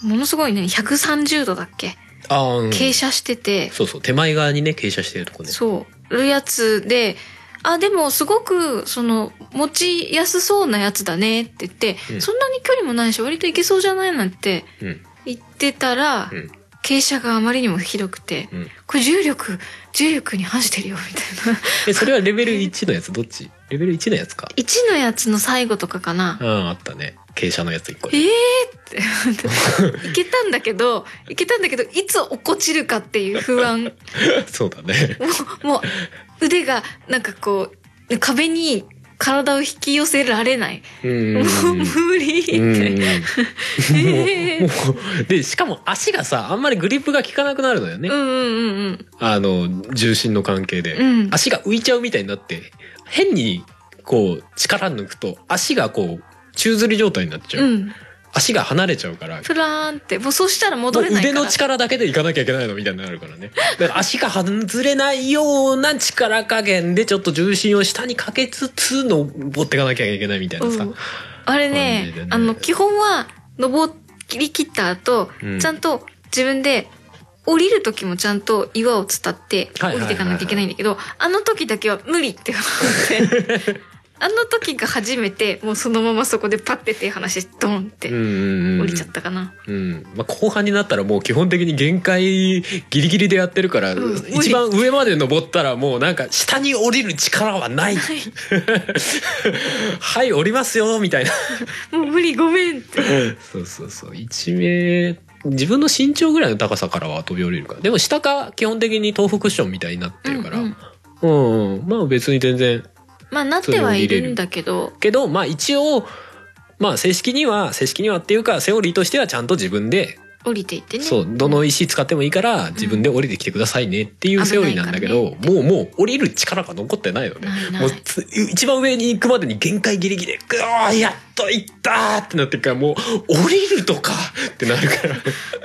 Speaker 1: うん
Speaker 2: ものすごいね130度だっけ
Speaker 1: あーうん
Speaker 2: 傾斜してて、
Speaker 1: そうそう手前側にね傾斜してるとこね
Speaker 2: そうるやつであでもすごくその持ちやすそうなやつだねって言って、
Speaker 1: うん
Speaker 2: そんなに距離もないし割といけそうじゃないなんて
Speaker 1: うん
Speaker 2: 言ってたら、
Speaker 1: うん
Speaker 2: 傾斜があまりにもひどくて、
Speaker 1: うん
Speaker 2: これ重力重力に反してるよみたいな
Speaker 1: えそれはレベル1のやつどっちレベル1のやつか
Speaker 2: 1のやつの最後とかかな、
Speaker 1: うんあったね傾斜のやつ1個
Speaker 2: ええー、っていけたんだけどいけたんだけどいつ落っこちるかっていう不安
Speaker 1: *laughs* そうだね
Speaker 2: もう腕がなんかこう壁に体を引き寄せられない、
Speaker 1: うん
Speaker 2: *laughs* もう無理って、
Speaker 1: うん
Speaker 2: え
Speaker 1: も
Speaker 2: ー
Speaker 1: うでしかも足がさあんまりグリップが効かなくなるのよね、
Speaker 2: うんうんうん
Speaker 1: あの重心の関係で、
Speaker 2: うん
Speaker 1: 足が浮いちゃうみたいになって変にこう力抜くと足がこう宙吊り状態になっちゃ
Speaker 2: う
Speaker 1: う、
Speaker 2: んうん
Speaker 1: 足が離れちゃうから
Speaker 2: プラーンってもうそうしたら戻
Speaker 1: もう
Speaker 2: れないか
Speaker 1: 腕
Speaker 2: ら
Speaker 1: の力だけでいかなきゃいけないのみたいになるからねだから足が外れないような力加減でちょっと重心を下にかけつつ登っていかなきゃいけないみたいなさ、
Speaker 2: うんあれね
Speaker 1: 感じでね
Speaker 2: あの基本は登り切った後、
Speaker 1: うん
Speaker 2: ちゃんと自分で降りる時もちゃんと岩を伝って
Speaker 1: はいはいはいはい
Speaker 2: 降りていかなきゃいけないんだけどあの時だけは無理って思って
Speaker 1: *laughs*
Speaker 2: あの時が初めてもうそのままそこでパッて手離してドン
Speaker 1: う
Speaker 2: っ
Speaker 1: ん
Speaker 2: て
Speaker 1: うんうん
Speaker 2: 降りちゃったかな、
Speaker 1: うんまあ、後半になったらもう基本的に限界ギリギリでやってるから、
Speaker 2: うん
Speaker 1: 一番上まで登ったらもうなんか下に降りる力はない *laughs* はい降りますよみたいな
Speaker 2: もう無理ごめんって
Speaker 1: そうそうそう一名自分の身長ぐらいの高さからは飛び降りるからでも下が基本的に豆腐クッションみたいになってるから、う
Speaker 2: うんん
Speaker 1: うんまあ別に全然
Speaker 2: まあなってはいるんだけど
Speaker 1: けどまあ一応まあ正式には正式にはっていうかセオリーとしてはちゃんと自分で
Speaker 2: 降りていってね
Speaker 1: そうどの石使ってもいいから自分で降りてきてくださいねっていうセオリーなんだけど、もうもう降りる力が残ってないので、
Speaker 2: ないない
Speaker 1: もうつ一番上に行くまでに限界ギリギリで「ぐわーやっと行った!」ってなってるからもう降りるとかってなるから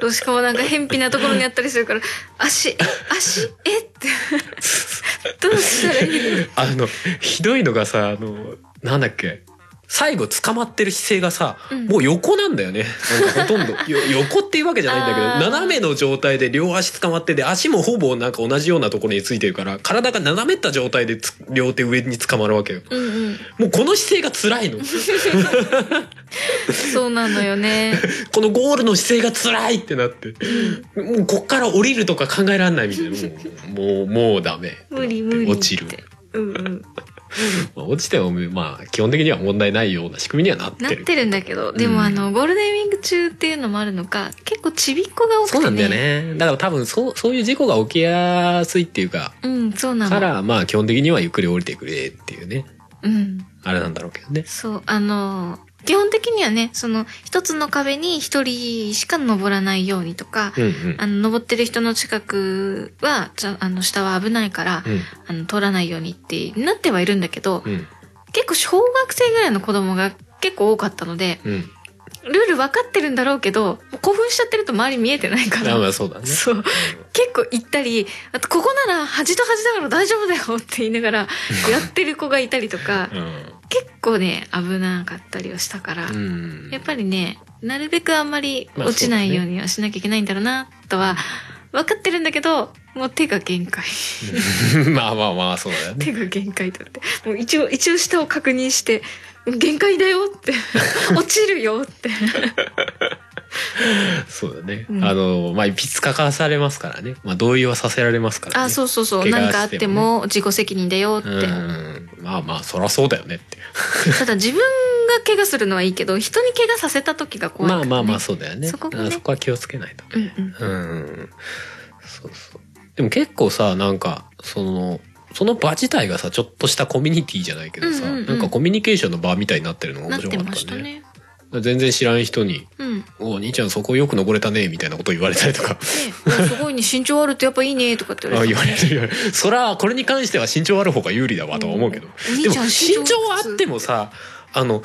Speaker 2: どうしかもなんか偏僻なところにあったりするから足足え
Speaker 1: *laughs*
Speaker 2: ってどうしたらいいの
Speaker 1: あのひどいのがさあのなんだっけ最後捕まってる姿勢がさ、
Speaker 2: うん
Speaker 1: もう横なんだよねなんかほと
Speaker 2: *laughs*
Speaker 1: んどよ横っていうわけじゃないんだけど
Speaker 2: あー
Speaker 1: 斜めの状態で両足捕まってて足もほぼなんか同じようなところについてるから体が斜めった状態でつ両手上に捕まるわけよ
Speaker 2: うんうん
Speaker 1: もうこの姿勢が辛い
Speaker 2: *laughs*
Speaker 1: の
Speaker 2: そうなの
Speaker 1: *laughs*
Speaker 2: よね。
Speaker 1: このゴールの姿勢が辛いってなってもうこっから降りるとか考えられないみた
Speaker 2: *laughs*
Speaker 1: いなもうもうもうダメ
Speaker 2: 無理無理って。
Speaker 1: 落ちる、
Speaker 2: うんうん。
Speaker 1: まあ、落ちてもまあ基本的には問題ないような仕組みにはなって
Speaker 2: なっ
Speaker 1: る
Speaker 2: てるんだけど、で
Speaker 1: うん
Speaker 2: もあの、ゴールデンウィーク中っていうのもあるのか、結構ちびっ子が多くて、
Speaker 1: そ
Speaker 2: ね。
Speaker 1: うなんだよ。ね。だから多分そう、そういう事故が起きやすいっていうか、
Speaker 2: うん、そうな
Speaker 1: か
Speaker 2: の。
Speaker 1: ら、まあ基本的にはゆっくり降りてくれっていうね、
Speaker 2: うん。
Speaker 1: あれなんだろうけどね。
Speaker 2: そう、あの、基本的にはね、その、一つの壁に一人しか登らないようにとか、
Speaker 1: うんうん。
Speaker 2: あの、登ってる人の近くは、ちゃあの、下は危ないから、
Speaker 1: うん
Speaker 2: あの、通らないようにってなってはいるんだけど、
Speaker 1: うん
Speaker 2: 結構小学生ぐらいの子供が結構多かったので、
Speaker 1: うん。
Speaker 2: ルール分かってるんだろうけど、もう興奮しちゃってると周り見えてないか
Speaker 1: あま
Speaker 2: ら。
Speaker 1: あそうだね。
Speaker 2: そう。結構行ったり、あとここなら端と端だから大丈夫だよって言いながらやってる子がいたりとか
Speaker 1: う、ん。
Speaker 2: 結構ね、危なかったりをしたから、
Speaker 1: うん。
Speaker 2: *laughs* やっぱりね、なるべくあんまり落ちないようにはしなきゃいけないんだろうな、とは、分かってるんだけど、もう手が限界。
Speaker 1: うん *laughs* まあまあまあそうだよ
Speaker 2: *laughs*
Speaker 1: ね。
Speaker 2: 手が限界だって。もう一応、一応下を確認して、限界だよ
Speaker 1: *laughs*
Speaker 2: って。落ちるよって。
Speaker 1: そうだね。
Speaker 2: うん
Speaker 1: あのまあいびつかかされますからね。まあ同意はさせられますからね。
Speaker 2: あ、そうそうそう。
Speaker 1: 怪我
Speaker 2: 何かあっても自己責任だよって。
Speaker 1: うん。まあまあそらそうだよねって。
Speaker 2: *laughs* ただ自分が怪我するのはいいけど、人に怪我させた時が怖いか
Speaker 1: ま
Speaker 2: ら、
Speaker 1: あ
Speaker 2: ね。
Speaker 1: まあまあそうだよね。
Speaker 2: そこがね
Speaker 1: あそこは気をつけないと。
Speaker 2: うんうん。
Speaker 1: うん。そうそう。でも結構さ、なんか、その、その場自体がさ、ちょっとしたコミュニティじゃないけどさ、
Speaker 2: うんうんうん
Speaker 1: なんかコミュニケーションの場みたいになってるのが
Speaker 2: な
Speaker 1: 面白
Speaker 2: って
Speaker 1: かっ
Speaker 2: ました
Speaker 1: ね。
Speaker 2: たね。
Speaker 1: 全然知らん人に、
Speaker 2: うん。
Speaker 1: お兄ちゃんそこよく登れたね、みたいなこと言われたりとか。
Speaker 2: ね、いやすごいね、身長あるとやっぱいいねとかって言わ
Speaker 1: *laughs* あ
Speaker 2: れ
Speaker 1: 言
Speaker 2: て。
Speaker 1: われる言われる。そら、これに関しては身長ある方が有利だわとは思うけど。
Speaker 2: お兄
Speaker 1: でも、
Speaker 2: ちゃん
Speaker 1: 身長あって
Speaker 2: も。
Speaker 1: もさ、あの、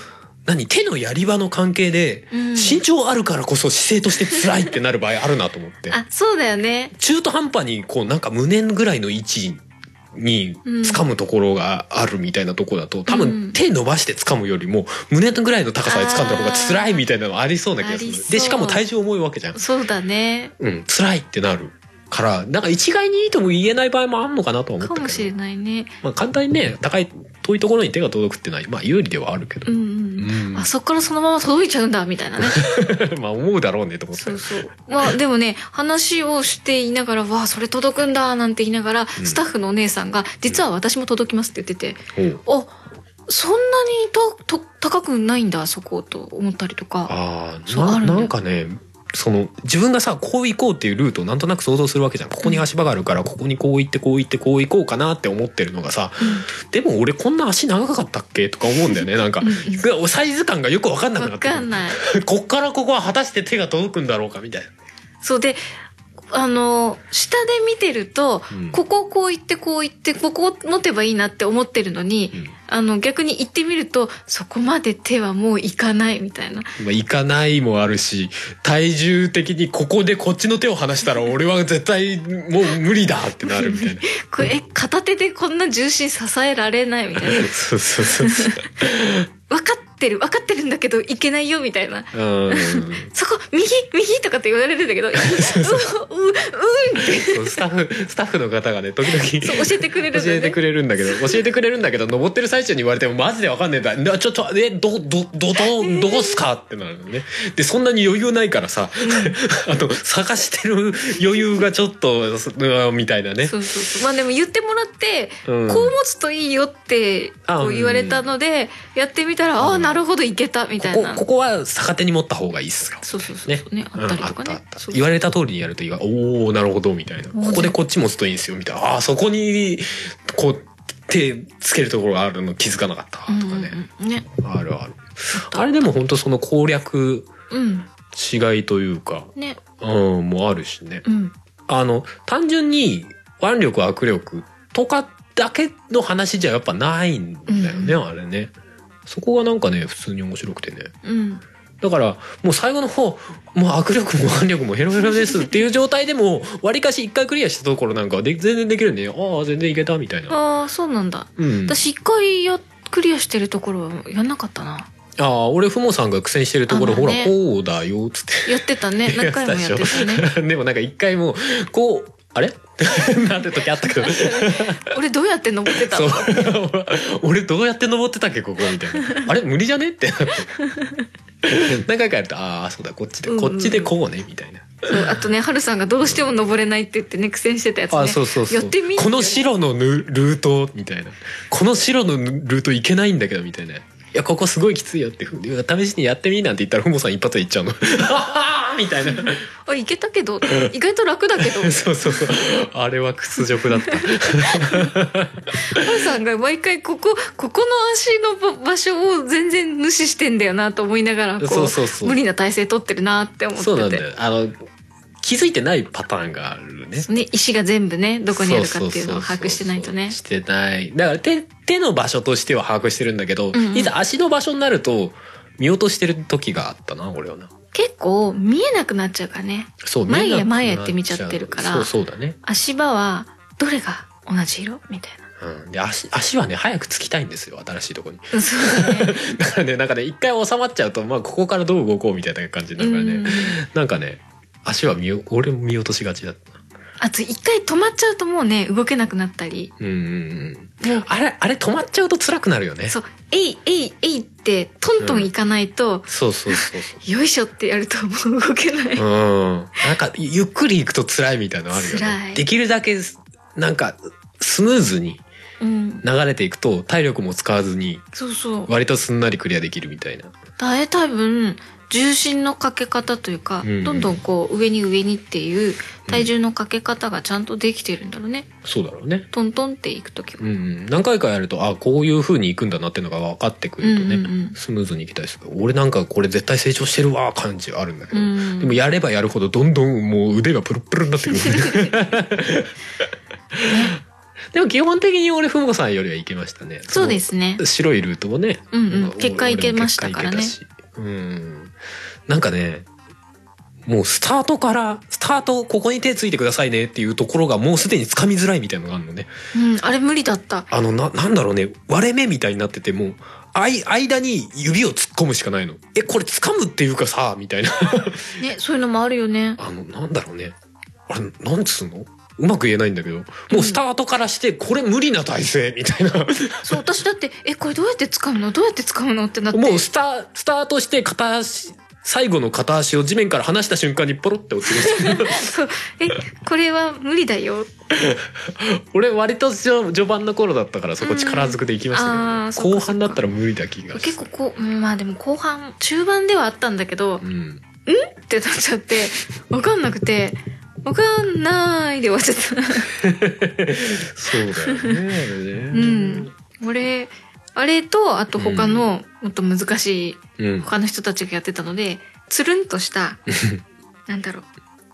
Speaker 1: 何手のやり場の関係で、
Speaker 2: うん
Speaker 1: 身長あるからこそ姿勢として辛いってなる場合あるなと思
Speaker 2: *laughs*
Speaker 1: って。
Speaker 2: あ、そうだよね。
Speaker 1: 中途半端にこうなんか胸ぐらいの位置に掴むところがあるみたいなところだと、多
Speaker 2: う
Speaker 1: 分
Speaker 2: ん
Speaker 1: 手伸ばして掴むよりも胸ぐらいの高さで掴んだ方が辛いみたいなのありそうな気がす
Speaker 2: あ
Speaker 1: る
Speaker 2: ーありそう
Speaker 1: でしかも体重重いわけじゃん、
Speaker 2: そうだね。
Speaker 1: うん、辛いってなるからなんか一概にいいとも言えない場合もあんのかなとは思っ
Speaker 2: か
Speaker 1: た
Speaker 2: もし
Speaker 1: け
Speaker 2: れ
Speaker 1: ど、
Speaker 2: ないね。
Speaker 1: まあ、簡単にね高い遠いところに手が届くっていうのはまあ有利ではあるけど
Speaker 2: う、んうん。
Speaker 1: うん *laughs*
Speaker 2: あ、そっからそのまま届いちゃうんだ、みたいなね。
Speaker 1: まあ思うだろうねと思った
Speaker 2: そ
Speaker 1: よ
Speaker 2: うそう。 *laughs* まあでもね、話をしていながら、わあ、それ届くんだ、なんて言いながら、スタッフのお姉さんが、実は私も届きますって言ってて、
Speaker 1: おう
Speaker 2: あ、そんなにと、と、高くないんだ、そこと思ったりとか。
Speaker 1: ああ
Speaker 2: そうあ
Speaker 1: な
Speaker 2: るんだよ
Speaker 1: なんかねその自分がさこう行こうっていうルートをなんとなく想像するわけじゃんここに足場があるからここにこう行ってこう行ってこう行こうかなって思ってるのがさ、でも俺こんな足長かったっけとか思うんだ
Speaker 2: *laughs*
Speaker 1: よねなんかおサイズ感がよく分かんなくな
Speaker 2: わ
Speaker 1: って
Speaker 2: かん
Speaker 1: く
Speaker 2: ない。
Speaker 1: るこっからここは果たして手が届くんだろうかみたいな。
Speaker 2: そうで、あの、下で見てると、
Speaker 1: うん
Speaker 2: ここをこう行ってこう行って、ここを持てばいいなって思ってるのに、
Speaker 1: うん
Speaker 2: あの、逆に行ってみると、そこまで手はもう行かないみたいな。
Speaker 1: まあ、行かないもあるし体重的にここでこっちの手を離した
Speaker 2: *laughs*
Speaker 1: ら俺は絶対もう無理だってなるみたいな。
Speaker 2: これえ、片手でこんな重心支えられないみたいな。
Speaker 1: そうそうそうそう。
Speaker 2: 分かってる、分かってるんだけど、行けないよみたいな。
Speaker 1: うん
Speaker 2: そこ、右、右とかって言われるんだけど、う、う、う、うんって
Speaker 1: そうスタッフ、スタッフの方がね、時々。
Speaker 2: そう教えてくれるんだ
Speaker 1: 教
Speaker 2: よ
Speaker 1: えて
Speaker 2: ね
Speaker 1: く。れるんだけ
Speaker 2: *laughs*
Speaker 1: ど、教えてくれるんだけど、登ってる最中に言われてもマジでわかんねえんだ。なちょっと、え、ど、ど、ど、ど、どうすかってなるのね。で、そんなに余裕ないからさ、 *laughs* あと、探してる余裕がちょっと、すうんみたいなね。
Speaker 2: そうそうそう。まあでも言ってもらって、
Speaker 1: うん
Speaker 2: こう持つといいよって
Speaker 1: あ
Speaker 2: こう言われたので、やってみたら、ああ、なるほどいけたみたい
Speaker 1: ここ
Speaker 2: な。、
Speaker 1: ここは逆手に持った方がいいっすよ。
Speaker 2: そうそうそう。
Speaker 1: ね
Speaker 2: ね。あったりとか
Speaker 1: うんあっ。たあ
Speaker 2: ね
Speaker 1: った
Speaker 2: そう
Speaker 1: 言われた通りにやるといいがおおなるほどみたいな
Speaker 2: おー
Speaker 1: ここでこっち持つといいんですよみたいなあーそこにこう手つけるところがあるの気づかなかったとか
Speaker 2: うん
Speaker 1: ね、
Speaker 2: うんうんね。
Speaker 1: あるある。あれでも本当その攻略
Speaker 2: うん。
Speaker 1: 違いというか、
Speaker 2: ね。
Speaker 1: うん、もあるしね。
Speaker 2: うん。
Speaker 1: あの、単純に腕力、握力とかだけの話じゃやっぱないんだよね、あれね。そこがなんかね、普通に面白くてね。
Speaker 2: うん。
Speaker 1: だから、もう最後の方、もう握力も腕力もヘロヘロですっていう状態でも、わりかし一回クリアしたところなんかはで全然できるんで、ああ、全然いけたみたいな。
Speaker 2: ああ、そうなんだ。
Speaker 1: うん。
Speaker 2: 私一回や、クリアしてるところはやんなかったな。
Speaker 1: ああ、俺、ふもさんが苦戦してるところ、
Speaker 2: あま
Speaker 1: ほら、
Speaker 2: あね
Speaker 1: こうだよ、つって。 *laughs*
Speaker 2: やってたね。何回もやってたね。
Speaker 1: でもなんか一回もうこうあれ *laughs* なって時あったけど
Speaker 2: 俺どうやって登ってた
Speaker 1: そ
Speaker 2: の
Speaker 1: う俺どうや *laughs* って登ってたっけここみた
Speaker 2: *laughs*
Speaker 1: いなあれ無理じゃねってなって何回かやるとああそうだこっちで
Speaker 2: うんうん
Speaker 1: こっちでこうねみたいな
Speaker 2: そうあとね、はるさんがどうしても登れないって言ってね、苦戦してたやつね。
Speaker 1: あそうそうそう
Speaker 2: やってみ
Speaker 1: この白のぬルートみたいなこの白のぬルートいけないんだけどみたいないやここすごいきついよっていや試しにやってみなんて言ったらふもさん一発でいっ
Speaker 2: *laughs*
Speaker 1: ちゃうの *laughs* みたいな
Speaker 2: あ、いけたけど、意外と楽だ
Speaker 1: *laughs*
Speaker 2: けど、は
Speaker 1: そうそうそうあれは屈辱
Speaker 2: *laughs*
Speaker 1: だった
Speaker 2: るさんが毎回ここ、ここの足のば場所を全然無視してんだよなと思いながら、こう、
Speaker 1: そうそうそう
Speaker 2: 無理な体勢取ってるなって思ってて。
Speaker 1: そうなんだよあの気づいてないパターンがあるね。
Speaker 2: ね、石が全部ね、どこにあるかっていうの
Speaker 1: そそ
Speaker 2: を把
Speaker 1: そそ
Speaker 2: 握してないとね。
Speaker 1: してない。だから手、手の場所としては把握してるんだけど、
Speaker 2: んうん
Speaker 1: いざ足の場所になると、見落としてる時があったな、俺はな。
Speaker 2: 結構見えなくなっちゃうからね。
Speaker 1: そう、
Speaker 2: 前へ
Speaker 1: 見えなくな
Speaker 2: 前へって見ちゃってるから
Speaker 1: そう、そうだね。
Speaker 2: 足場は、どれが同じ色みたいな。
Speaker 1: うん。で、足、足はね、早くつきたいんですよ、新しいとこに。 *laughs*
Speaker 2: うんそうだね。
Speaker 1: だからね、なんかね、一回収まっちゃうと、まあ、ここからどう動こうみたいな感じになるからね。
Speaker 2: うん
Speaker 1: なんかね、足は見よ、俺も見落としがちだったな。
Speaker 2: あと一回止まっちゃうともうね、動けなくなったり。
Speaker 1: うんうん
Speaker 2: も
Speaker 1: う。
Speaker 2: うん
Speaker 1: あれ、あれ止まっちゃうと辛くなるよね。
Speaker 2: そう、えい、えい、えいって、トントンいかないと、
Speaker 1: そうそうそうそう。
Speaker 2: よいしょってやるともう動けない。
Speaker 1: うん。なんか、ゆっくり行くと辛いみたいなのあるよ
Speaker 2: 辛
Speaker 1: ね
Speaker 2: い。
Speaker 1: できるだけ、なんか、スムーズに
Speaker 2: うん。
Speaker 1: 流れていくと、体力も使わずに、
Speaker 2: そうそう。
Speaker 1: 割とすんなりクリアできるみたいな。
Speaker 2: あれ多分、重心のかけ方というか、
Speaker 1: うんうん
Speaker 2: どんどんこう上に上にっていう体重のかけ方がちゃんとできてるんだろうね。
Speaker 1: そうだろうね。
Speaker 2: トントンっていくときは。
Speaker 1: うんうん。何回かやると、あ、こういう風に行くんだなっていうのが分かってくるとね、
Speaker 2: うんうんうん
Speaker 1: スムーズに行きたいでする俺なんかこれ絶対成長してるわ、感じはあるんだけ
Speaker 2: う
Speaker 1: ど。
Speaker 2: ん。
Speaker 1: でもやればやるほどどんどんもう腕がプルプルになっ
Speaker 2: *laughs*
Speaker 1: てくる。でも基本的に俺、ふもこさんよりはいけましたね。
Speaker 2: そうですね。
Speaker 1: 白いルートもね、
Speaker 2: うんうん
Speaker 1: まあ
Speaker 2: 結果いけましたからね
Speaker 1: 俺も結果いけたしうんなんかねもうスタートからスタートここに手ついてくださいねっていうところがもうすでにつかみづらいみたいなのがあるのね
Speaker 2: うん、あれ無理だった。
Speaker 1: あのななんだろうね割れ目みたいになっててもうあい間に指を突っ込むしかないのえこれ掴むっていうかさみたいな *laughs*
Speaker 2: ね、そういうのもあるよね。
Speaker 1: あのなんだろうねあれなんつうのうまく言えないんだけどもうスタートからしてこれ無理な体勢みたいな
Speaker 2: そう、私だって、え、これどうやって掴むのどうやって掴むのってなって。
Speaker 1: もうスタ、スタートして片足、最後の片足を地面から離した瞬間にポロって落ちる。
Speaker 2: そうえ、これは無理だよ。
Speaker 1: *laughs* 俺割と序序盤の頃だったからそこ力ずくで行きまし
Speaker 2: うんあー
Speaker 1: たけ
Speaker 2: そっ
Speaker 1: ど、
Speaker 2: か
Speaker 1: 後半だったら無理だ気が
Speaker 2: 結
Speaker 1: す
Speaker 2: 構
Speaker 1: る。
Speaker 2: こう、うんまあでも後半、中盤ではあったんだけど、
Speaker 1: うん。
Speaker 2: ってなっち
Speaker 1: *laughs*
Speaker 2: ゃって、わかんなくて、わかんないで終わっちゃ
Speaker 1: そうだよ
Speaker 2: っ
Speaker 1: ね、あ *laughs* れね。
Speaker 2: た。うん。俺、あれと、あと他の、もっと難しい、
Speaker 1: うん。
Speaker 2: 他の人たちがやってたので、つるん
Speaker 1: *laughs*
Speaker 2: とした、なんだろう、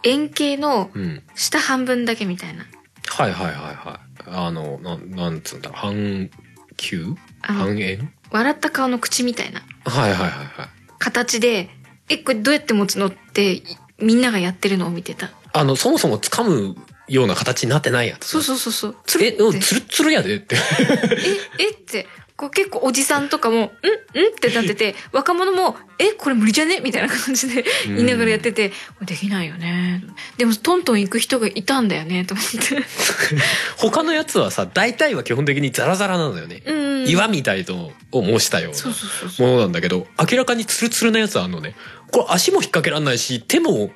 Speaker 2: 円形の
Speaker 1: うん。
Speaker 2: 下半分だけみたいな。
Speaker 1: はいはいはいはい。あの、なん、なんつうんだろう、半球
Speaker 2: あの、
Speaker 1: 半円
Speaker 2: 笑った顔の口みたいな
Speaker 1: はいはいはいはい。
Speaker 2: 形で、え、これどうやって持つのって、いみんながやってるのを見てた。
Speaker 1: あの、そもそも掴むような形になってないやつ。
Speaker 2: そうそうそうそう。つ
Speaker 1: つ
Speaker 2: る
Speaker 1: る
Speaker 2: っ
Speaker 1: え、
Speaker 2: て
Speaker 1: うんつるっつるやでって。
Speaker 2: え、えって、こう結構おじさんとかも、んんってなってて、若者も、え、これ無理じゃねみたいな感じで言いながらやってて、これできないよね。でもトントン行く人がいたんだよね、と思って。
Speaker 1: 他のやつはさ、大体は基本的にザラザラなのよね。
Speaker 2: うん。
Speaker 1: 岩みたいのを模したよう
Speaker 2: そう
Speaker 1: な
Speaker 2: そうそうそう。
Speaker 1: ものなんだけど明らかにツルツルなやつあんのねこれ足も引っ掛けらんないし手も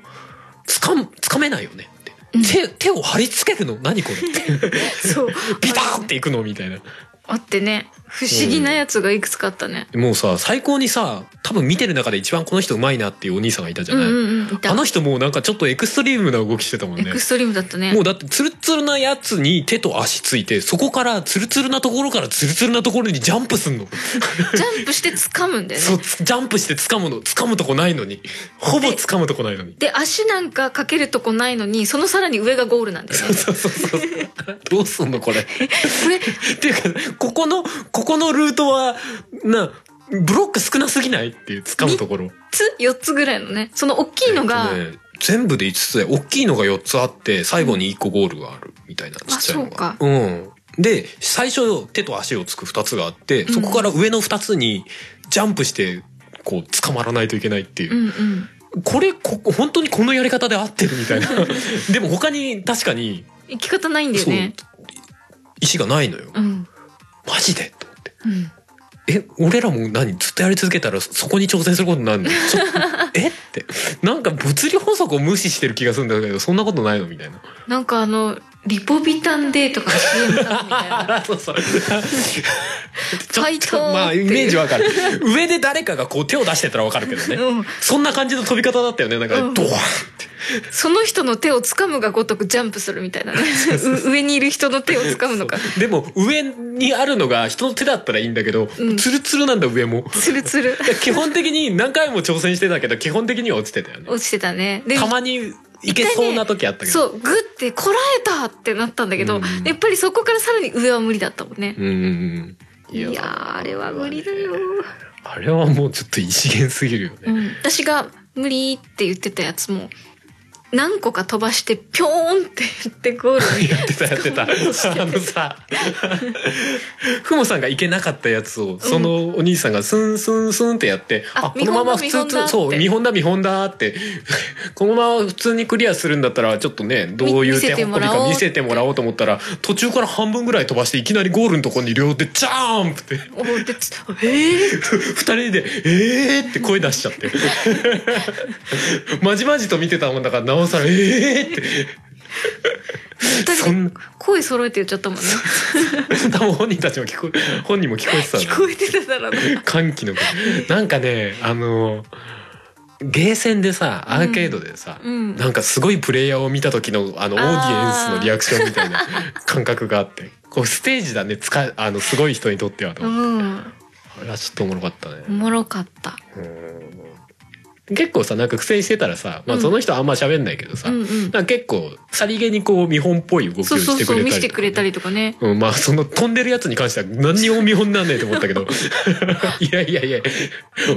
Speaker 1: つかんつかめないよねって
Speaker 2: うん
Speaker 1: 手手を貼り付けるの何これって
Speaker 2: *laughs* そう。
Speaker 1: ピターンっていくのみたいな
Speaker 2: あってね、不思議なやつがいくつかあったね。
Speaker 1: もうさ最高にさ多分見てる中で一番この人うまいなっていうお兄さんがいたじゃ
Speaker 2: うん
Speaker 1: ない、
Speaker 2: うんうん。いた
Speaker 1: あの人もうなんかちょっとエクストリームな動きしてたもん
Speaker 2: エ
Speaker 1: ね
Speaker 2: クストリームだったね。
Speaker 1: もうだってツルツルなやつに手と足ついてそこからツルツルなところからツルツルなところにジャンプすんの
Speaker 2: ジャンプして掴むんだよね
Speaker 1: そう、。つジャンプして掴むの、掴むとこないのに。ほぼ掴むとこないのに。
Speaker 2: で、足なんかかけるとこないのに、そのさらに上がゴールなんだよね。
Speaker 1: そうそうそう。どうすんのこれ。っ
Speaker 2: これ、
Speaker 1: ていうか、ここの、ここのルートは、な、ブロック少なすぎないっていう掴むところ。
Speaker 2: つ、4つぐらいのね。その大きいのが、
Speaker 1: えっとね全部で5つで、大きいのが4つあって、最後に1個ゴールがあるみたいな、ちっちゃいのが。
Speaker 2: そうか
Speaker 1: うん。で、最初手と足をつく2つがあって、そこから上の2つにジャンプして、こう、捕まらないといけないっていう
Speaker 2: う。んうん。
Speaker 1: これこ本当にこのやり方で合ってるみ
Speaker 2: *laughs*
Speaker 1: たいなでも他に確かに
Speaker 2: 行き方ないんだよ
Speaker 1: そう
Speaker 2: ね。
Speaker 1: 石がないのよ
Speaker 2: うん。
Speaker 1: マジでと思って
Speaker 2: うん。
Speaker 1: え俺らも何ずっとやり続けたらそそこに挑戦することになるの
Speaker 2: *laughs*
Speaker 1: ちょえってなんか物理法則を無視してる気がするんだけどそんなことないのみたい
Speaker 2: *laughs*
Speaker 1: な
Speaker 2: な
Speaker 1: *laughs*
Speaker 2: んかあの、リポビタンデーとかの CM だみたいな。
Speaker 1: そうそうちょ
Speaker 2: ファイ
Speaker 1: っ
Speaker 2: トー
Speaker 1: とまあ
Speaker 2: って
Speaker 1: イメージわかる上で誰かがこう手を出してたらわかるけどね、
Speaker 2: うん
Speaker 1: そんな感じの飛び方だったよねなんか、
Speaker 2: うん
Speaker 1: ドワンっ
Speaker 2: その人の手を掴むがごとくジャンプするみたいなねう上にいる人の手を掴むのか
Speaker 1: てでも上にあるのが人の手だったらいいんだけど、
Speaker 2: うん
Speaker 1: ツルツルなんだ上も *laughs*
Speaker 2: ツルツル
Speaker 1: いや基本的に何回も挑戦してたけど基本的には落ちてたよね
Speaker 2: 落ちてたねで
Speaker 1: たまにいけそうな時あったけど
Speaker 2: そうグッてこらえたってなったんだけど、
Speaker 1: うん
Speaker 2: やっぱりそこからさらに上は無理だったもんね、
Speaker 1: うんうんうん
Speaker 2: いやーあれは無理だよ、
Speaker 1: あれはもうちょっと異次元すぎるよね、
Speaker 2: うん、私が無理って言ってたやつも何個か飛ばしてピョーンって言ってゴ
Speaker 1: *laughs*
Speaker 2: ールに
Speaker 1: やってたやってた
Speaker 2: *laughs*
Speaker 1: あのさふもさんが行けなかったやつをそのお兄さんがスンスンスンってやって、
Speaker 2: あ
Speaker 1: あこのまま普
Speaker 2: 見
Speaker 1: 通
Speaker 2: 本だ見本だって
Speaker 1: そう見本だ見本だって *laughs* このまま普通にクリアするんだったらちょっとねどういう
Speaker 2: 見
Speaker 1: 手
Speaker 2: せて
Speaker 1: 運
Speaker 2: も
Speaker 1: び
Speaker 2: らおう
Speaker 1: か見せてもらおうと思ったら途中から半分ぐらい飛ばしていきなりゴールのところに両手ジャーンプって
Speaker 2: おーでつえ
Speaker 1: *laughs*
Speaker 2: ー
Speaker 1: 二人で「えー!」って声出しちゃって *laughs* まじまじと見てたもんだからなおさら「えー!」って
Speaker 2: 二
Speaker 1: そんな
Speaker 2: 人で声揃えて言っちゃったもんね
Speaker 1: 多分本人たちも聞こえ本人も聞こえてたんだ
Speaker 2: 聞こえてただろうな
Speaker 1: 歓喜の声なんかねあのゲーセンでさアーケードでさ、
Speaker 2: うん
Speaker 1: なんかすごいプレイヤーを見た時のあのオーディエンスのリアクションみたい
Speaker 2: *laughs*
Speaker 1: な感覚があってこうステージだねつかあのすごい人にとってはと
Speaker 2: う
Speaker 1: あ
Speaker 2: ん
Speaker 1: れはちょっとおもろかったね
Speaker 2: お。もろかった
Speaker 1: うん結構さなんか苦戦してたらさ、まあ、
Speaker 2: うん
Speaker 1: その人あんま喋んないけどさ、
Speaker 2: うんうん
Speaker 1: なんか結構さりげにこう見本っぽい動きを
Speaker 2: そうそ
Speaker 1: し
Speaker 2: う
Speaker 1: てく
Speaker 2: そう
Speaker 1: れ
Speaker 2: 見
Speaker 1: た
Speaker 2: せ
Speaker 1: り
Speaker 2: て
Speaker 1: と
Speaker 2: く
Speaker 1: か
Speaker 2: れ
Speaker 1: ね
Speaker 2: たりとかね
Speaker 1: うん、まあその飛んでるやつに関しては何にも見本になんねえと思ったけ
Speaker 2: *laughs*
Speaker 1: ど *laughs* いやいやいや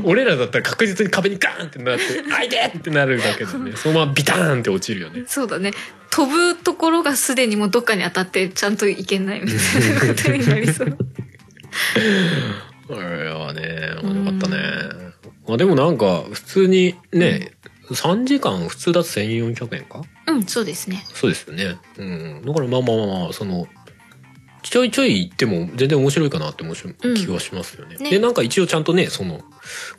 Speaker 1: 俺らだったら確実に壁にガーンってなって「あいて!」ってなるんだけ
Speaker 2: *laughs*
Speaker 1: どねそのままビターンって落ちるよね。
Speaker 2: そうだね飛ぶところがすでにもうどっかに当たってちゃんといけないみたいなことになりそう
Speaker 1: あれはね面白かったね。まあでもなんか普通にね、3時間普通だと1400円か
Speaker 2: *laughs* うんそうですね
Speaker 1: そうですよね。うん。だからまあまあまあまあ、その、ちょいちょい行っても全然面白いかなって面白い
Speaker 2: うん
Speaker 1: 気がしますよね。
Speaker 2: ね
Speaker 1: で、なんか一応ちゃんとね、その、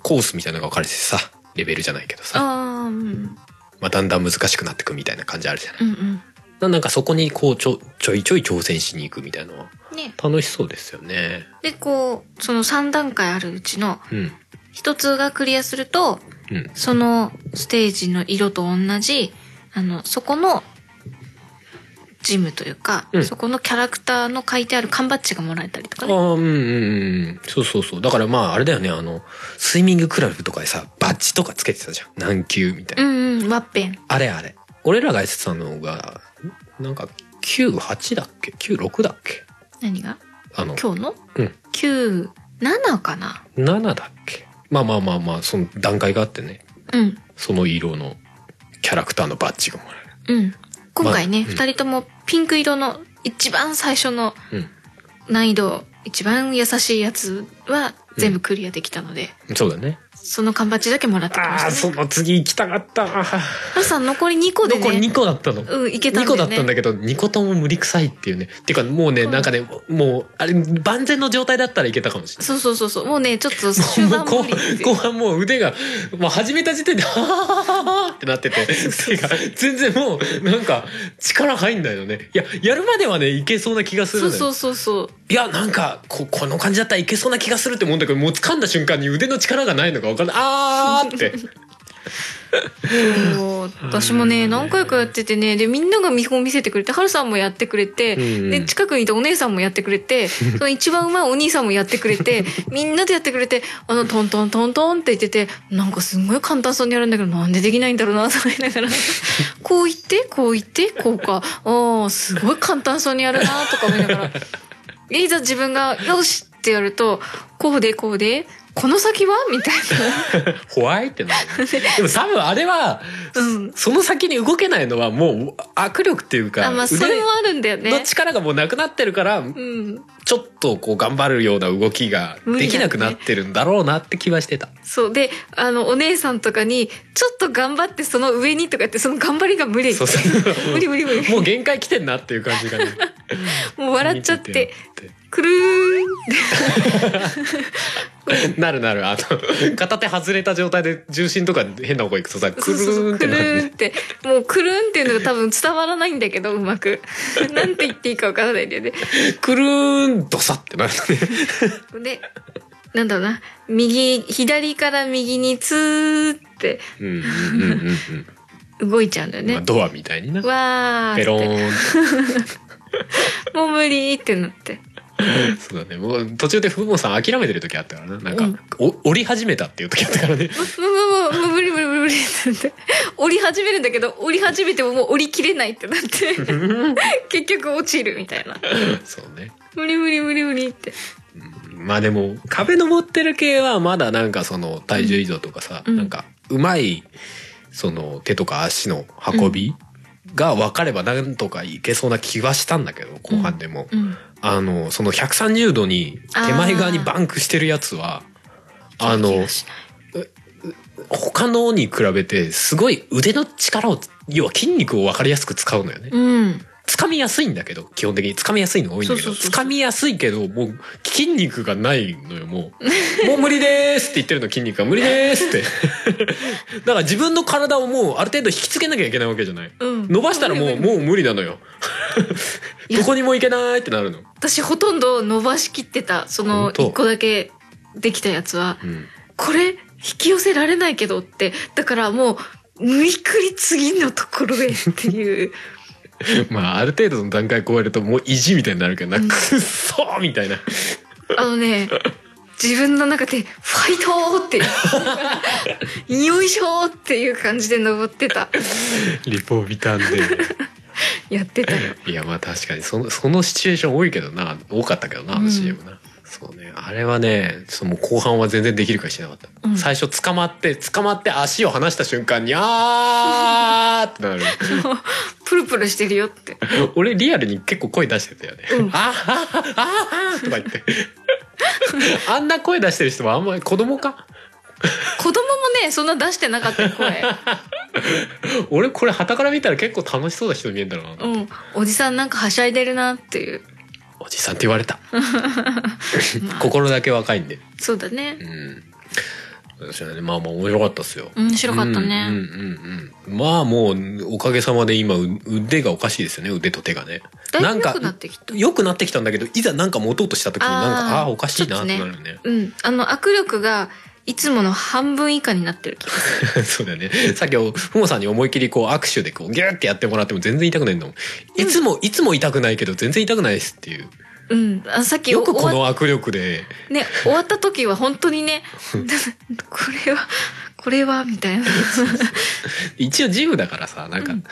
Speaker 1: コースみたいなのが分かれてさ、レベルじゃないけどさ、
Speaker 2: ああうん
Speaker 1: まあだんだん難しくなってくみたいな感じあるじゃない。
Speaker 2: うんうん
Speaker 1: ななんかそこにこうちょ、ちょいちょい挑戦しに行くみたいなのは
Speaker 2: ね
Speaker 1: 楽しそうですよね。
Speaker 2: でこうその3段階あるうちの
Speaker 1: うん。
Speaker 2: 一つがクリアすると
Speaker 1: うん。
Speaker 2: そのステージの色と同じあのそこのジムというか、
Speaker 1: うん
Speaker 2: そこのキャラクターの書いてある缶バッジがもらえたりとか
Speaker 1: あ
Speaker 2: ね
Speaker 1: あ、うんうんうん。そうそうそう。だからまああれだよね、あの、スイミングクラブとかでさ、バッジとかつけてたじゃん。何級みたいな
Speaker 2: う。んうんワッペン
Speaker 1: あれあれ。俺らがやってたのが、なんか、98だっけ ?96 だっけ
Speaker 2: 何が
Speaker 1: あの、
Speaker 2: 今日の、
Speaker 1: うん
Speaker 2: 九97かな
Speaker 1: 7だっけまあまあまあまあ、その段階があってね。
Speaker 2: うん
Speaker 1: その色のキャラクターのバッジがもら
Speaker 2: うん今回ね、
Speaker 1: まあうん
Speaker 2: 2人ともピンク色の一番最初の
Speaker 1: える。
Speaker 2: 難易度一番優しいやつは全部クリアできたので、
Speaker 1: うん。そうだね。
Speaker 2: その缶バッジだけもらってきま
Speaker 1: あ
Speaker 2: し
Speaker 1: あ、
Speaker 2: た
Speaker 1: そ
Speaker 2: ね
Speaker 1: の次行きたかった。
Speaker 2: ハルさん残り2個で
Speaker 1: 残り
Speaker 2: ね
Speaker 1: 2個だったの。
Speaker 2: うんいけた
Speaker 1: 2
Speaker 2: んだ
Speaker 1: 個
Speaker 2: よ
Speaker 1: だ
Speaker 2: ね
Speaker 1: ったんだけど、2個とも無理くさいっていうね。てかもうね、
Speaker 2: ん
Speaker 1: なんかね、もう、あれ、万全の状態だったらいけたかもしれない。
Speaker 2: そうそうそうそう。もうね、ちょっと終
Speaker 1: もう
Speaker 2: 盤
Speaker 1: 後
Speaker 2: 無理
Speaker 1: 半
Speaker 2: って
Speaker 1: 後半もう腕がもう始めた時点で「はあってなってて手が全然もうなんか力入んないのねいややるまではねいけそうな気がするの
Speaker 2: そう
Speaker 1: よ
Speaker 2: そうそうそう。
Speaker 1: いやなんかここの感じだったらいけそうな気がするって思うんだけどもう掴んだ瞬間に腕の力がないのか分かんないあーって *laughs*
Speaker 2: もう私もね、何回かやっててね、で、みんなが見本見せてくれて、ハルさんもやってくれて、
Speaker 1: うん
Speaker 2: で、近くにいたお姉さんもやってく
Speaker 1: *laughs*
Speaker 2: れて、その一番上手いお兄さんもやってくれて、 *laughs* みんなでやってくれて、あの、トントントントンって言ってて、なんかすごい簡単そうにやるんだけど、なんでできないんだろうな、と思いな
Speaker 1: *laughs*
Speaker 2: がら、こう言って、こう言って、こうか、ああ、すごい簡単そうにやるな、とか思いなが
Speaker 1: *laughs*
Speaker 2: ら、いざ自分が、よしってやると、こうで、こうで、この先はみたい
Speaker 1: ホワイってなる、ね、でも多分あれは、 *laughs*
Speaker 2: な。うん。
Speaker 1: その先に動けないのはもう握力っていうか
Speaker 2: あ、まあ、それもあるんだよ
Speaker 1: 腕の
Speaker 2: ね。
Speaker 1: 力がもうなくなってるから
Speaker 2: うん。
Speaker 1: ちょっとこう頑張るような動きができなくなってるんだろうなって気はしてた。
Speaker 2: そう。で、あの、お姉さんとかに、ちょっと頑張って、その上にとか言って、その頑張りが無理。
Speaker 1: そうそう *laughs*
Speaker 2: *laughs* 無理無理無理。
Speaker 1: もう限界来てんなっていう感じがね。
Speaker 2: もう笑っちゃって、くる
Speaker 1: なるなるあの片手外れた状態で重心とか変な方向行くとさ
Speaker 2: ーん。
Speaker 1: くる
Speaker 2: そうそう
Speaker 1: ー
Speaker 2: そ
Speaker 1: ん
Speaker 2: う
Speaker 1: って
Speaker 2: くる
Speaker 1: なる
Speaker 2: ーんって。もうくるーんっていうのが多分伝わらないんだけど、うまく。 *laughs* なんて言っていいかわからないんだよね。
Speaker 1: くるーんドサってなるね
Speaker 2: で、なんだろうな。右、左から右にツーって
Speaker 1: うんうんうんうんうん
Speaker 2: 動いちゃうんだよ *laughs* ね
Speaker 1: まあ、。ドアみたいにな
Speaker 2: わ
Speaker 1: ペ
Speaker 2: ー
Speaker 1: ロ
Speaker 2: って。
Speaker 1: ーン
Speaker 2: もう無理ってなって。
Speaker 1: そうだねもう途中でふもさん諦めてる時あったからななんか、
Speaker 2: うん
Speaker 1: お折り始めたっていう時あったからね
Speaker 2: もう、もう、もう、もう無理無理無理無理ってなって。折り始めるんだけど、折り始めてももう折りきれないってなって。結局落ちるみたいな。
Speaker 1: そうね
Speaker 2: 無理無理無理無理って。
Speaker 1: まあでも壁登ってる系はまだなんかその体重移動とかさ、
Speaker 2: うん
Speaker 1: なんかうまいその手とか足の運びが分かればなんとかいけそうな気はしたんだけど後半でも、
Speaker 2: うん。
Speaker 1: あのその130度に手前側にバンクしてるやつはあの
Speaker 2: 気がしない
Speaker 1: 他のに比べてすごい腕の力を要は筋肉を分かりやすく使うのよね。
Speaker 2: うん。
Speaker 1: 掴みやすいんだけど基本的に掴みやすいのが多いんだけど
Speaker 2: そうそうそうそう
Speaker 1: 掴みやすいけどもう筋肉がないのよもう *laughs* もう無理ですって言ってるの筋肉が無理ですって *laughs* だから自分の体をもうある程度引きつけなきゃいけないわけじゃない
Speaker 2: うん
Speaker 1: 伸ばしたらもうもう無理なのよ
Speaker 2: いや
Speaker 1: どこにも行けないってなるの、
Speaker 2: 私ほとんど伸ばしきってた、その
Speaker 1: 本当
Speaker 2: 一個だけできたやつは、
Speaker 1: うん
Speaker 2: これ引き寄せられないけどって、だからもう、無理くり次のところへっていう。
Speaker 1: まあある程度の段階超えるともう意地みたいになるけどな、
Speaker 2: うん
Speaker 1: くっそーみたいな
Speaker 2: あのね、自分の中で、ファイトーって、よいしょーっていう感じで登ってた。
Speaker 1: リポビタンで。
Speaker 2: やってたよ。
Speaker 1: いやまあ確かにそのそのシチュエーション多いけどな多かったけどなあ
Speaker 2: う
Speaker 1: の
Speaker 2: ん
Speaker 1: CM な、そうねあれはねちょっともう後半は全然できるかしなかった、
Speaker 2: うん
Speaker 1: 最初捕まって捕まって足を離した瞬間にあーって
Speaker 2: *laughs*
Speaker 1: なる
Speaker 2: プルプルしてるよって。
Speaker 1: 俺リアルに結構声出してたよね、
Speaker 2: うん
Speaker 1: あーあーあーとか言ってあんな声出してる人もあんまり子供か
Speaker 2: 子供もね、そんな出してなかったよ声。
Speaker 1: 俺これ傍から見たら結構楽しそうな人に見えんだろうな、
Speaker 2: うん。おじさんなんかはしゃいでるなっていう。
Speaker 1: おじさんって言われ
Speaker 2: *laughs*
Speaker 1: た心だけ若いんで
Speaker 2: そうだね。
Speaker 1: うん。私はね、まあまあ面白かったっすよ。
Speaker 2: 面白かった
Speaker 1: うんう
Speaker 2: ね。
Speaker 1: んうんうん。まあもう、おかげさまで今、う腕がおかしいですよね、腕と手がね。
Speaker 2: だいぶ良
Speaker 1: か
Speaker 2: くなってきた。
Speaker 1: 良くなってきたんだけど、いざなんか持とうとした時になんか、あ
Speaker 2: あー
Speaker 1: あー、おかしいなって
Speaker 2: ちょ
Speaker 1: な
Speaker 2: っ
Speaker 1: るね。
Speaker 2: うん。あの、握力が、いつもの半分以下になってる気がする。
Speaker 1: *laughs* そうだよね。さっき、ふもさんに思いっきりこう握手でこうギューってやってもらっても全然痛くないんだもん。いつも、いつも痛くないけど全然痛くないですっていう。
Speaker 2: うん。あさっき
Speaker 1: よくこ
Speaker 2: 終わ
Speaker 1: の握力で、
Speaker 2: ね、終わった時は本当にね、 *laughs* これは、これは、みたいな。
Speaker 1: 一応ジムだからさ、なんか
Speaker 2: うん、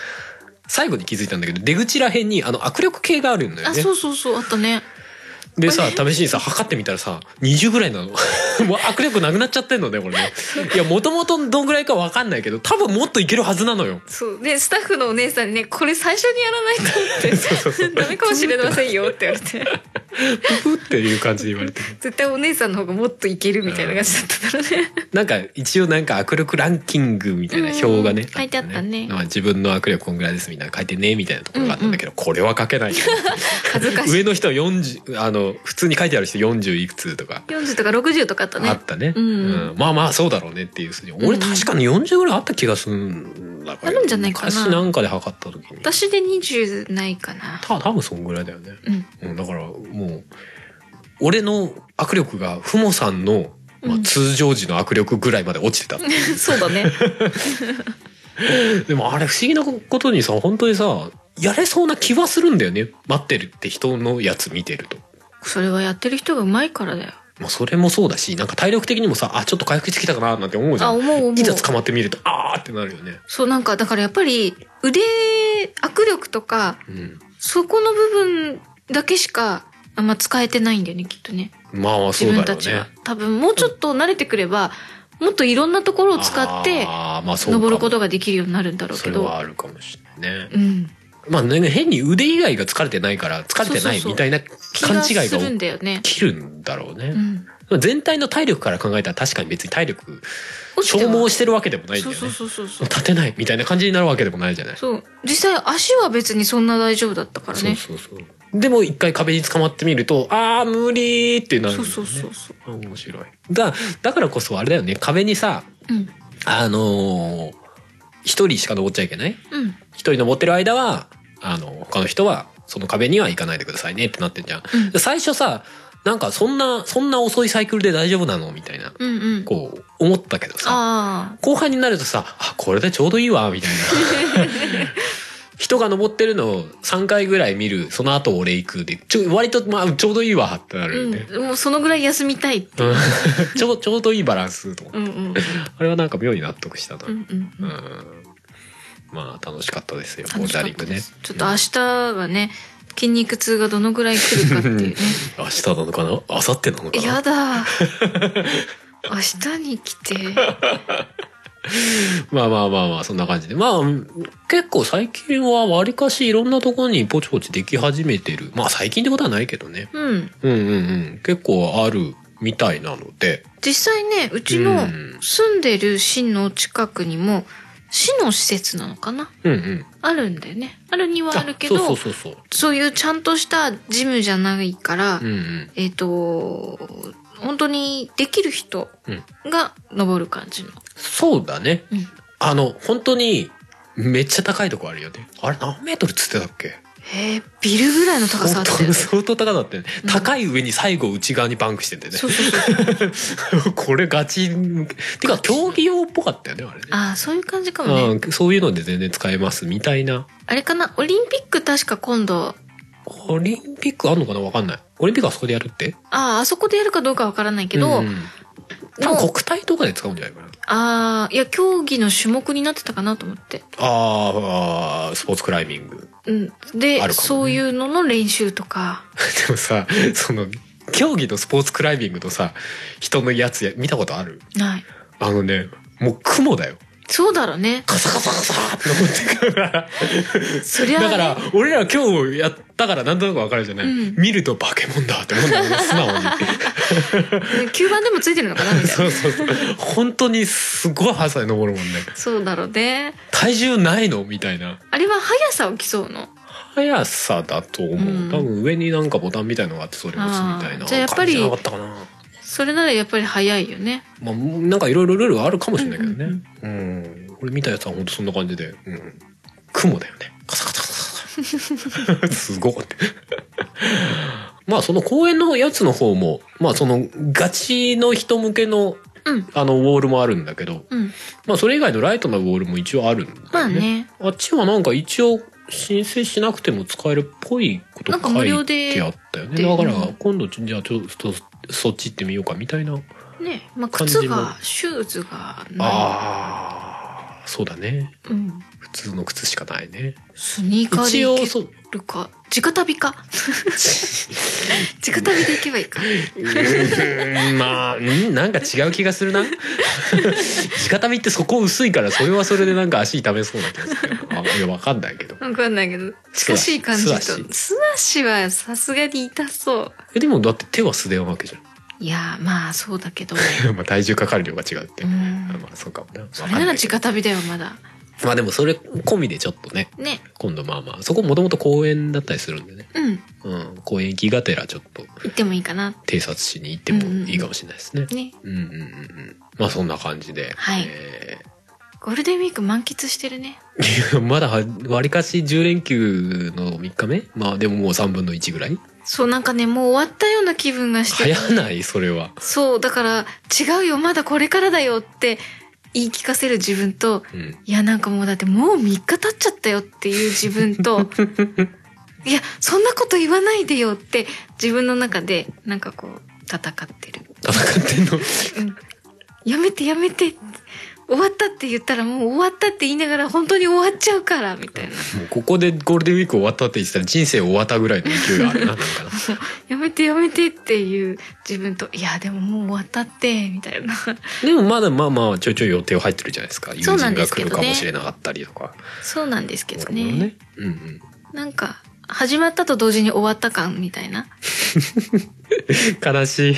Speaker 1: 最後に気づいたんだけど、出口らへんにあの握力計があるんだよ
Speaker 2: あ、
Speaker 1: ね。
Speaker 2: そうそうそう、あったね。
Speaker 1: でさ、試しにさ、測ってみたらさ、20ぐらいなの。も *laughs* う握力なくなっちゃってんのね、これね。いや、もともとどんぐらいかわかんないけど、多分もっといけるはずなの
Speaker 2: *laughs*
Speaker 1: よ。
Speaker 2: そう。で、スタッフのお姉さんにね、これ最初にやらないとって、
Speaker 1: そうそうそう。
Speaker 2: ダメかもしれませんよって言われて。 *laughs*
Speaker 1: ププっていう感じで言われて。
Speaker 2: 絶対お姉さんの方がもっといけるみたいな感じだったから *laughs* ね。
Speaker 1: なんか、一応なんか握力ランキングみたいな表がね。
Speaker 2: うん書いてあったね
Speaker 1: まあ自分の握力こんぐらいですみたいな書いてね、みたいなところがあったんだけど、これは書けないよ。
Speaker 2: *laughs* 恥ずかしい。
Speaker 1: 上の人は40、あの、普通に書いてある人40いくつとか。
Speaker 2: 40とか60とかあったね。
Speaker 1: あったね、
Speaker 2: うん
Speaker 1: うんまあまあそうだろうねっていうふうに俺確かに40ぐらいあった気がするんだから
Speaker 2: あるんじゃないかな
Speaker 1: 昔なんかで測った時にた
Speaker 2: 私で20ないかな。
Speaker 1: 多分そんぐらいだよね、
Speaker 2: うん。
Speaker 1: うん、だからもう俺の握力がふもさんの、ま
Speaker 2: う
Speaker 1: あ、
Speaker 2: ん
Speaker 1: 通常時の握力ぐらいまで落ちてた、
Speaker 2: *laughs* そうだね。
Speaker 1: でもあれ不思議なことにさ本当にさやれそうな気はするんだよね待ってるって人のやつ見てると。
Speaker 2: それはやってる人がうまいからだよ。
Speaker 1: まあ、それもそうだしなんか体力的にもさあちょっと回復してきたかななんて思うじゃん
Speaker 2: あ思う思う
Speaker 1: いざ捕まってみるとあーってなるよね、
Speaker 2: そう、なんか、だからやっぱり、腕、握力とか、
Speaker 1: うん、
Speaker 2: そこの部分だけしか、あんま使えてないんだよね、きっとね。
Speaker 1: まあそ
Speaker 2: 自
Speaker 1: うだ
Speaker 2: 分
Speaker 1: ろ
Speaker 2: た
Speaker 1: う
Speaker 2: ちは。
Speaker 1: ね。
Speaker 2: 多分、もうちょっと慣れてくれば、もっといろんなところを使って、
Speaker 1: あーまあそうかも
Speaker 2: 登ることができるようになるんだろう
Speaker 1: そ
Speaker 2: け
Speaker 1: れは
Speaker 2: ど。
Speaker 1: あるかもしれないね。
Speaker 2: うん。
Speaker 1: まあね変に腕以外が疲れてないから疲れてない
Speaker 2: そうそうそう
Speaker 1: みたいな勘違い
Speaker 2: 気す
Speaker 1: が
Speaker 2: るん
Speaker 1: 起
Speaker 2: だよね。
Speaker 1: きるんだろう
Speaker 2: う
Speaker 1: ね。
Speaker 2: ん。
Speaker 1: 全体の体力から考えたら確かに別に体力
Speaker 2: 落ちて
Speaker 1: 消
Speaker 2: は
Speaker 1: 耗してるわけでもないんだ
Speaker 2: そう
Speaker 1: よ
Speaker 2: そ
Speaker 1: ね
Speaker 2: う。そうそうそう。
Speaker 1: 立てないみたいな感じになるわけでもないじゃない。
Speaker 2: そう。実際足は別にそんな大丈夫だったから
Speaker 1: そう
Speaker 2: ね。
Speaker 1: そうそう。でも一回壁に捕まってみると、ああ、無理ーってなる、
Speaker 2: そ
Speaker 1: ね。
Speaker 2: うそうそうそう
Speaker 1: あ面白い。だ、だからこそあれだよね、壁にさ、
Speaker 2: うん
Speaker 1: あのー一人しか登っちゃいけない
Speaker 2: うん
Speaker 1: 一人登ってる間は、あの、他の人は、その壁には行かないでくださいねってなってんじゃん。
Speaker 2: うん
Speaker 1: で最初さ、なんかそんな、そんな遅いサイクルで大丈夫なのみたいな、
Speaker 2: うんうん
Speaker 1: こう、思ったけどさ、
Speaker 2: あ
Speaker 1: 後半になるとさ、あ、これでちょうどいいわ、みたい
Speaker 2: *laughs*
Speaker 1: な。人が登ってるのを3回ぐらい見る、その後俺行くで、ちょ、割と、まあ、ちょうどいいわ、ってな
Speaker 2: あ
Speaker 1: るよね。
Speaker 2: うんもうそのぐらい休みたいって
Speaker 1: うん *laughs* ちょうちょうどいいバランスと思って
Speaker 2: うんうん
Speaker 1: あれはなんか妙に納得したな。
Speaker 2: うんうん
Speaker 1: う
Speaker 2: うんん
Speaker 1: まあ楽しかったですよ、ボ
Speaker 2: 楽
Speaker 1: ル
Speaker 2: しか
Speaker 1: ダ
Speaker 2: っ
Speaker 1: リン
Speaker 2: た
Speaker 1: グね
Speaker 2: で。すちょっと明日はね筋肉痛がどのぐらい来るかっていうね
Speaker 1: 明日なのかな明後日なのかな
Speaker 2: やだ *laughs* 明日に来て
Speaker 1: まあまあまあまあ、そんな感じで。まあ、結構最近はわりかしいろんなところにポチポチでき始めてる。まあ最近ってことはないけどね。
Speaker 2: うん
Speaker 1: うんうんうん。結構あるみたいなので。
Speaker 2: 実際ねうち
Speaker 1: う
Speaker 2: の
Speaker 1: ん
Speaker 2: 住んでる市の近くにも市の施設なのかな
Speaker 1: うんうん。
Speaker 2: あるんだよねあるにはあるけど
Speaker 1: そ
Speaker 2: そう
Speaker 1: うそうそうそう。
Speaker 2: いうちゃんとしたジムじゃないから、
Speaker 1: うんうん。
Speaker 2: えっ、と本当にできる人が登る感じの、
Speaker 1: そうだね。
Speaker 2: うん、
Speaker 1: あの、本当に、めっちゃ高いとこあるよね。あれ何メートルっつってたっけ
Speaker 2: えービルぐらいの高さ
Speaker 1: 相
Speaker 2: あったよ
Speaker 1: 当
Speaker 2: ね
Speaker 1: 相当高かったよね、
Speaker 2: うん
Speaker 1: 高い上に最後内側にバンクしてんだよね
Speaker 2: そうそうそ
Speaker 1: *laughs*
Speaker 2: う
Speaker 1: これガチてか競技用っぽかったよねあれね
Speaker 2: ああそういう感じかもね、
Speaker 1: うん、そういうので全然使えますみたいな
Speaker 2: あれかなオリンピック確か今度
Speaker 1: オリンピックあんのかなわかんないオリンピックはそこでやるって
Speaker 2: あああそこでやるかどうかわからないけど、
Speaker 1: うんうん多
Speaker 2: もう
Speaker 1: 分国体とかで使うんじゃないかな
Speaker 2: ああいや競技の種目になってたかなと思って
Speaker 1: あーあースポーツクライミング *laughs*
Speaker 2: うん、で、
Speaker 1: あるかもね
Speaker 2: そういうのの練習とか
Speaker 1: でもさその競技のスポーツクライミングとさ人のやつや見たことある
Speaker 2: ない
Speaker 1: あのねもう雲だよ
Speaker 2: そうだろうね
Speaker 1: カサカサカサって登ってくから
Speaker 2: そり
Speaker 1: *laughs*
Speaker 2: ゃ
Speaker 1: だから、俺ら今日やったからなんとなくわかるじゃない、
Speaker 2: うん
Speaker 1: 見ると化け物だって思うんだよね、素 *laughs* 直に。
Speaker 2: 吸盤でもついてるのかなみたい
Speaker 1: そ
Speaker 2: な
Speaker 1: うそうそう。本当にすごい速さで登るもんね。
Speaker 2: そうだろうね
Speaker 1: 体重ないのみたいな。
Speaker 2: あれは速さを競うの
Speaker 1: 速さだと思う。
Speaker 2: うん
Speaker 1: 多分上になんかボタンみたいのがあって、それを押すみたいな。
Speaker 2: あーじゃあやっぱり
Speaker 1: 感じじゃなかったかな。
Speaker 2: それならやっぱり速いよね
Speaker 1: まあ、なんかいろいろルールはあるかもしれないけどね。
Speaker 2: う
Speaker 1: うん俺見たやつは本当そんな感じで。うん。雲だよね。カサカサカサカサ。すごかった。 *laughs* まあその公園のやつの方も、まあそのガチの人向けの
Speaker 2: うん
Speaker 1: あのウォールもあるんだけど、
Speaker 2: うん
Speaker 1: まあそれ以外のライトなウォールも一応あるんだよね。
Speaker 2: まあね
Speaker 1: あっちはなんか一応申請しなくても使えるっぽいこと
Speaker 2: なんか無
Speaker 1: 書
Speaker 2: 料
Speaker 1: い
Speaker 2: で
Speaker 1: てあったよ
Speaker 2: って
Speaker 1: ね。
Speaker 2: いう
Speaker 1: だから
Speaker 2: うん
Speaker 1: 今度じゃあちょっとそっち行ってみようかみたいな
Speaker 2: ねまあ
Speaker 1: 感じも
Speaker 2: 靴がシューズがな
Speaker 1: ああそうだね
Speaker 2: い、うん、
Speaker 1: 普通の靴しかないね
Speaker 2: スニーカーで
Speaker 1: 一応
Speaker 2: いけ
Speaker 1: そう
Speaker 2: るか直
Speaker 1: *laughs*
Speaker 2: 旅か直旅で行けばいいか
Speaker 1: うーんまあうんなんか違う気がするな直旅ってそこ薄いからそれはそれでなんか足痛めそうな気がするけどあいやわかんないけど
Speaker 2: わかんないけど近しい感じと
Speaker 1: 素足
Speaker 2: 素足はさすがに痛そう
Speaker 1: えでもだって手は素手なわけじ
Speaker 2: いやーまあそうだ
Speaker 1: *laughs*
Speaker 2: けど、
Speaker 1: ゃん *laughs* まあ体重かかる量が違うって、
Speaker 2: うん
Speaker 1: あまあそうかもなわ
Speaker 2: そ
Speaker 1: かん
Speaker 2: れ
Speaker 1: な
Speaker 2: ないら
Speaker 1: けど
Speaker 2: 直旅だよまだ
Speaker 1: まあでもそれ込みでちょっとね
Speaker 2: ね
Speaker 1: 今度まあまあそこもともと公園だったりするんでね、
Speaker 2: うん
Speaker 1: うん、公園行きがてらちょっと
Speaker 2: 行ってもいいかな
Speaker 1: 偵察しに行ってもいいかもしれないですね、
Speaker 2: ね
Speaker 1: うんうんうんうん。まあそんな感じで。
Speaker 2: はい
Speaker 1: え
Speaker 2: ゴールデンウィーク満喫してるね
Speaker 1: ー *laughs* まだわりかし10連休の3日目まあでももう3分の1ぐらい
Speaker 2: そうなんかねもう終わったような気分がして
Speaker 1: 早ないそれは。
Speaker 2: そうだから違うよまだこれからだよって言い聞かせる自分と
Speaker 1: うん。
Speaker 2: いやなんかもうだってもう3日経っちゃったよっていう自分 *laughs* といやそんなこと言わないでよって自分の中でなんかこう戦ってる
Speaker 1: 戦ってんの。 *laughs*
Speaker 2: やめてやめて終わったって言ったらもう終わったって言いながら本当に終わっちゃうからみたいな
Speaker 1: もうここでゴールデンウィーク終わったって言ってたら人生終わったぐらいの勢いがあるな、なんかな。
Speaker 2: やめてやめてっていう自分といやでももう終わったってみたいな
Speaker 1: でもまだまあまあちょいちょい予定は入ってるじゃないですか。友
Speaker 2: そうな
Speaker 1: 人
Speaker 2: んで
Speaker 1: が来
Speaker 2: すけど
Speaker 1: る
Speaker 2: ね
Speaker 1: かもしれなかったりとか。
Speaker 2: そうなんですけどね
Speaker 1: なるほどね。うんうん。
Speaker 2: なんか始まったと同時に終わった感みたいな
Speaker 1: 悲しい。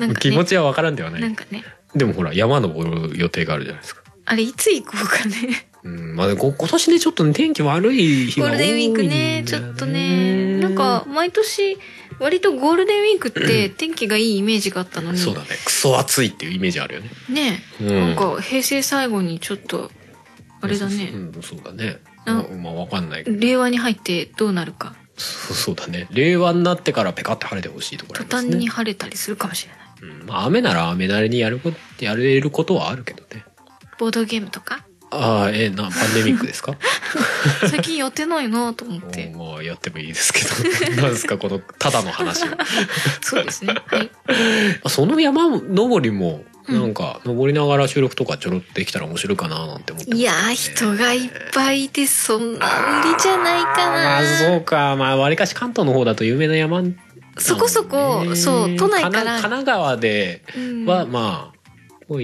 Speaker 2: なんかね
Speaker 1: 気持ちはわからんではな
Speaker 2: なん
Speaker 1: い。
Speaker 2: かね
Speaker 1: でもほら、山登る予定があるじゃないですか。
Speaker 2: あれいつ行こうかね
Speaker 1: うん、まあ、こ今年ね、ちょっとね、天気悪い日
Speaker 2: ゴ
Speaker 1: が
Speaker 2: ー
Speaker 1: 多い
Speaker 2: ル
Speaker 1: んだ
Speaker 2: デ
Speaker 1: よ
Speaker 2: ンウ
Speaker 1: ね。
Speaker 2: ィークねちょっとねなんか、毎年割とゴールデンウィークって天気がいいイメージがあったのに
Speaker 1: そうだね。クソ暑いっていうイメージあるよね。
Speaker 2: ね
Speaker 1: うん
Speaker 2: なんか平成最後にちょっとあれだね
Speaker 1: うん、そうだね。
Speaker 2: うん
Speaker 1: まあ、まあわかんないけど。
Speaker 2: 令和に入ってどうなるか
Speaker 1: そうそうだね。令和になってからペカって晴れてほしいところあ
Speaker 2: 途
Speaker 1: ります
Speaker 2: 端
Speaker 1: ね。
Speaker 2: に晴れたりするかもしれない
Speaker 1: うん、まあ、雨なら雨なりにやること、やれることはあるけどね。
Speaker 2: ボードゲームと *laughs* か
Speaker 1: ああ、ええな、パンデミックですか
Speaker 2: 最近やってないなと思って
Speaker 1: もうまあ、やってもいいですけど。 *laughs* なんですか、この、ただの話
Speaker 2: *laughs*
Speaker 1: を。
Speaker 2: そうですねはい
Speaker 1: あその山登りも、なんか、登りながら収録とかちょろっとできたら面白いかななんて思ってます
Speaker 2: *laughs* いやー人がいっぱいいてそんな無理じゃないか
Speaker 1: まあ
Speaker 2: な
Speaker 1: そうかまあわりかし関東の方だと有名な山なのね
Speaker 2: そこそこそう都内か
Speaker 1: 神奈
Speaker 2: ら
Speaker 1: 神奈川で
Speaker 2: うん
Speaker 1: は、まあ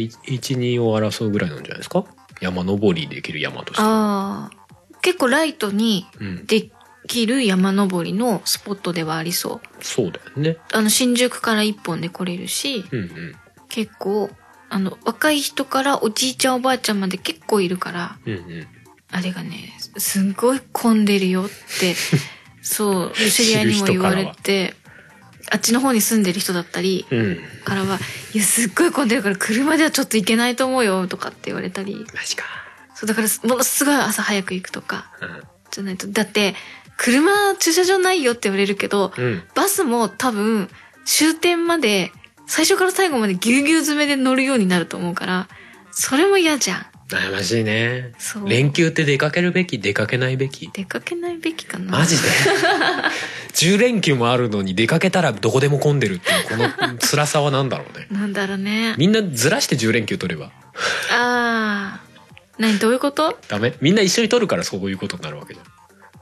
Speaker 1: 12を争うぐらいなんじゃないですか山登りできる山として
Speaker 2: あー結構ライトに
Speaker 1: うん
Speaker 2: できる山登りのスポットではありそう
Speaker 1: そうだよね
Speaker 2: あの新宿から一本で来れるし
Speaker 1: うんうん
Speaker 2: 結構あの若い人からおじいちゃんおばあちゃんまで結構いるから
Speaker 1: うんうん
Speaker 2: あれがねすんごい混んでるよってそう知り合いにも言われてあっちの方に住んでる人だったり
Speaker 1: うん
Speaker 2: からは「いやすっごい混んでるから車ではちょっと行けないと思うよ」とかって言われたり
Speaker 1: マジか、
Speaker 2: そうだからものすごい朝早く行くとか
Speaker 1: う
Speaker 2: じゃないとだって車駐車場ないよって言われるけど
Speaker 1: んうん、
Speaker 2: バスも多分終点まで最初から最後までぎゅうぎゅう詰めで乗るようになると思うからそれも嫌じゃん
Speaker 1: 悩ましいね
Speaker 2: そう
Speaker 1: 連休って出かけるべき出かけないべき
Speaker 2: 出かけないべきかな
Speaker 1: マ
Speaker 2: *laughs*
Speaker 1: ジで10連休もあるのに出かけたらどこでも混んでるっていうこの辛さは何だろうね
Speaker 2: なんだろうね
Speaker 1: みんなずらして10連休取れば
Speaker 2: あー何どういうこと
Speaker 1: ダメみんな一緒に取るからそういうことになるわけじゃ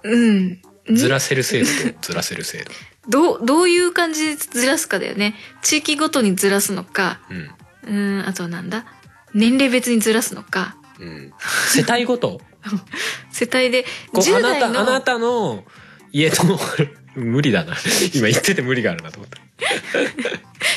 Speaker 2: うん
Speaker 1: ん。ずらせる制度とずらせる制度。
Speaker 2: どうどういう感じでずらすかだよね地域ごとにずらすのか
Speaker 1: うん。
Speaker 2: うんあとなんだ年齢別にずらすのか
Speaker 1: うん。世帯ごと
Speaker 2: 世帯で
Speaker 1: こうあ
Speaker 2: 10
Speaker 1: な
Speaker 2: 代
Speaker 1: た、
Speaker 2: の
Speaker 1: あなたの家の無理
Speaker 2: *laughs*
Speaker 1: だな。今言ってて無理があるなと思った。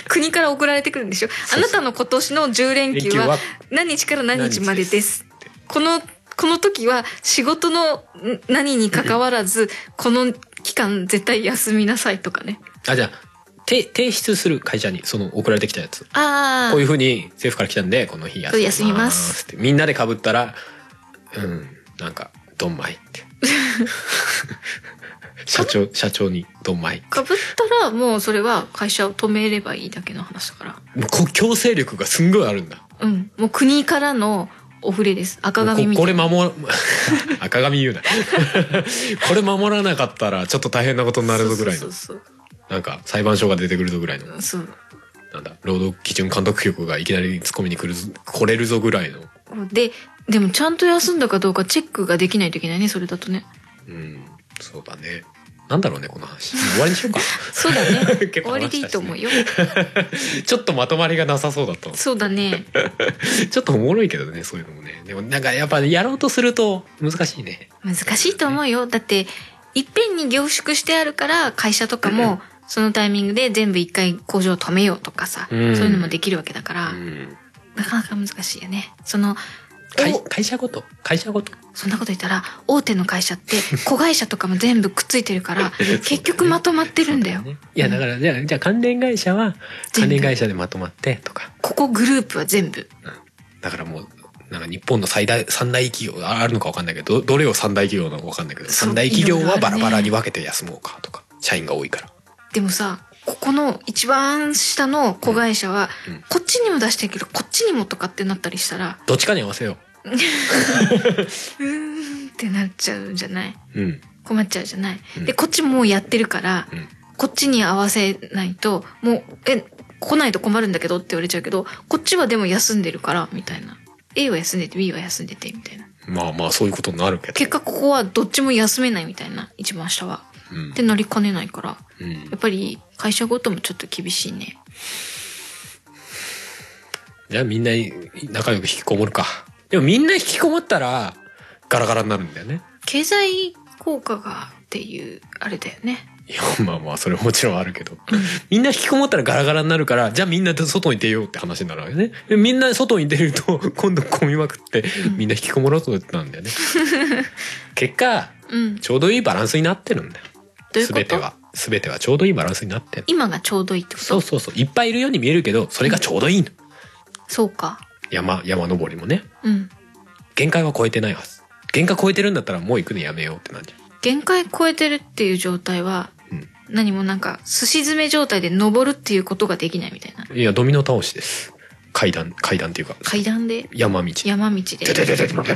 Speaker 2: 国から送られてくるんでしょ
Speaker 1: うそう
Speaker 2: あなたの今年の10連休
Speaker 1: 連休は
Speaker 2: は何日から何日までですこのこの時は仕事のん何に関わらずこの期間絶対休みなさいとかね
Speaker 1: あ、じゃあ、て提出する会社に、その送られてきたやつ。
Speaker 2: あ
Speaker 1: こういうふうに政府から来たんで、この日休みます。
Speaker 2: 休みます
Speaker 1: ってみんなで被ったら、うん、なんか、ドンマイ
Speaker 2: *laughs*
Speaker 1: って。社長、社長にドンマイ。
Speaker 2: かぶったらもうそれは会社を止めればいいだけの話だから
Speaker 1: もうこ強制力がすんごいあるんだ。
Speaker 2: うんもう国からのお触れです赤髪み
Speaker 1: ここれ
Speaker 2: たいな
Speaker 1: 守 *laughs* 赤髪言うな *laughs* これ守らなかったらちょっと大変なことになるぞぐらい
Speaker 2: そ
Speaker 1: の
Speaker 2: うそうそう
Speaker 1: なんか裁判所が出てくるぞぐらいの
Speaker 2: そう
Speaker 1: なんだ労働基準監督局がいきなり突っ込みに来るぞ来れるぞぐらいの
Speaker 2: そうででもちゃんと休んだかどうかチェックができないといけないねそれだと
Speaker 1: *laughs*
Speaker 2: ね
Speaker 1: うんそうだねなんだろうねこの話終わりにしようか
Speaker 2: そうだね
Speaker 1: 結
Speaker 2: 終
Speaker 1: 構
Speaker 2: わり
Speaker 1: 話したしね
Speaker 2: でいいと思うよ
Speaker 1: ちょっとまとまりがなさそうだったの
Speaker 2: そうだね
Speaker 1: *laughs* ちょっとおもろいけどねそういうのもねでもなんかやっぱやろうとすると難しいね
Speaker 2: 難しいと思うよだっていっぺんに凝縮してあるから会社とかもそのタイミングで全部一回工場を止めようとかさ、
Speaker 1: うん
Speaker 2: そういうのもできるわけだから、
Speaker 1: うん
Speaker 2: なかなか難しいよねその
Speaker 1: 会
Speaker 2: お
Speaker 1: 会社ごと会社ご *laughs* と
Speaker 2: そんなこと言ったら大手の会社って子会社とかも全部くっついてるから
Speaker 1: *laughs* だよね
Speaker 2: 結局まとまってるんだよ
Speaker 1: ねいやだからじゃあじゃあ関連会社は関
Speaker 2: 全部
Speaker 1: 連会社でまとまってとか
Speaker 2: ここグループは全部
Speaker 1: だからもうなんか日本の最大三大企業ああるのかわかんないけどどどれを三大企業なのかわかんないけど
Speaker 2: そう
Speaker 1: 三大企業はバラバラに
Speaker 2: い
Speaker 1: 分けて休もうかとか社員が多いから
Speaker 2: でもさここの一番下の子会社は、
Speaker 1: うんうん
Speaker 2: こっちにも出してるけどこっちにもとかってなったりしたら
Speaker 1: どっちかに合わせよ
Speaker 2: うーんってなっちゃうんじゃないう
Speaker 1: うん
Speaker 2: 困っちゃうじゃない、
Speaker 1: うん
Speaker 2: でこっちもうやってるから、
Speaker 1: うん
Speaker 2: こっちに合わせないともうえ来ないと困るんだけどって言われちゃうけどこっちはでも休んでるからみたいな A は休んでて B は休んでてみたいな
Speaker 1: まあまあそういうことになるけど
Speaker 2: 結果ここはどっちも休めないみたいな一番下は
Speaker 1: うん
Speaker 2: で乗りかねないから
Speaker 1: うん
Speaker 2: やっぱり会社ごともちょっと厳しいね
Speaker 1: じゃあみんな仲良く引きこもるかでもみんな引きこもったらガラガラになるんだよね
Speaker 2: 経済効果がっていうあれだよね
Speaker 1: いやまあまあそれもちろんあるけどみんな引きこもったらガラガラになるからじゃあみんなで外に出ようって話になるわけねでみんな外に出ると *laughs* 今度混みまくってみんな引きこもろうとなんだよね結果
Speaker 2: うん。
Speaker 1: ちょうどいいバランスになってるんだよ
Speaker 2: どういうこと
Speaker 1: 全ては全てはちょうどいいバランスになってる
Speaker 2: 今がちょうどいいってこと
Speaker 1: そうそうそういっぱいいるように見えるけどそれがちょうどいいの
Speaker 2: そうか。
Speaker 1: 山山登りもね
Speaker 2: うん。
Speaker 1: 限界は超えてないはず限界超えてるんだったらもう行くのやめようってなんじゃう
Speaker 2: 限界超えてるっていう状態は、
Speaker 1: うん
Speaker 2: 何もなんか、すし詰め状態で登るっていうことができないみたいな。
Speaker 1: いやドミノ倒しです階段階段っていうか
Speaker 2: 階段で、
Speaker 1: 山道
Speaker 2: 山道
Speaker 1: てて
Speaker 2: で。
Speaker 1: ててててて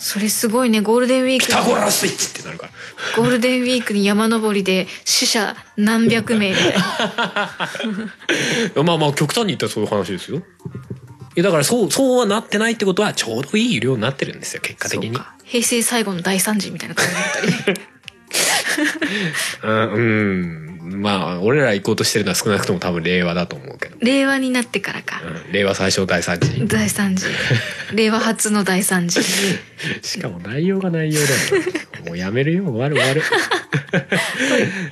Speaker 2: それすごいね、ゴールデンウィーク
Speaker 1: ピ
Speaker 2: に
Speaker 1: タゴラスイッチってなるから
Speaker 2: ゴールデンウィークに山登りで死者何百名みたいな。
Speaker 1: いやまあまあ極端に言ったらそういう話ですよいやだからそうそうはなってないってことはちょうどいい量になってるんですよ結果的
Speaker 2: そう
Speaker 1: に
Speaker 2: か。平成最後の大惨事みたいな感じだったり。
Speaker 1: うんうんまあ俺ら行こうとしてるのは少なくとも多分令和だと思うけど、
Speaker 2: 令和になってからか。
Speaker 1: うん、令和最初の大惨事
Speaker 2: 大惨事。令和初の大惨事。
Speaker 1: しかも内容が内容だ
Speaker 2: *laughs*
Speaker 1: よなもうやめるよ終わる終わる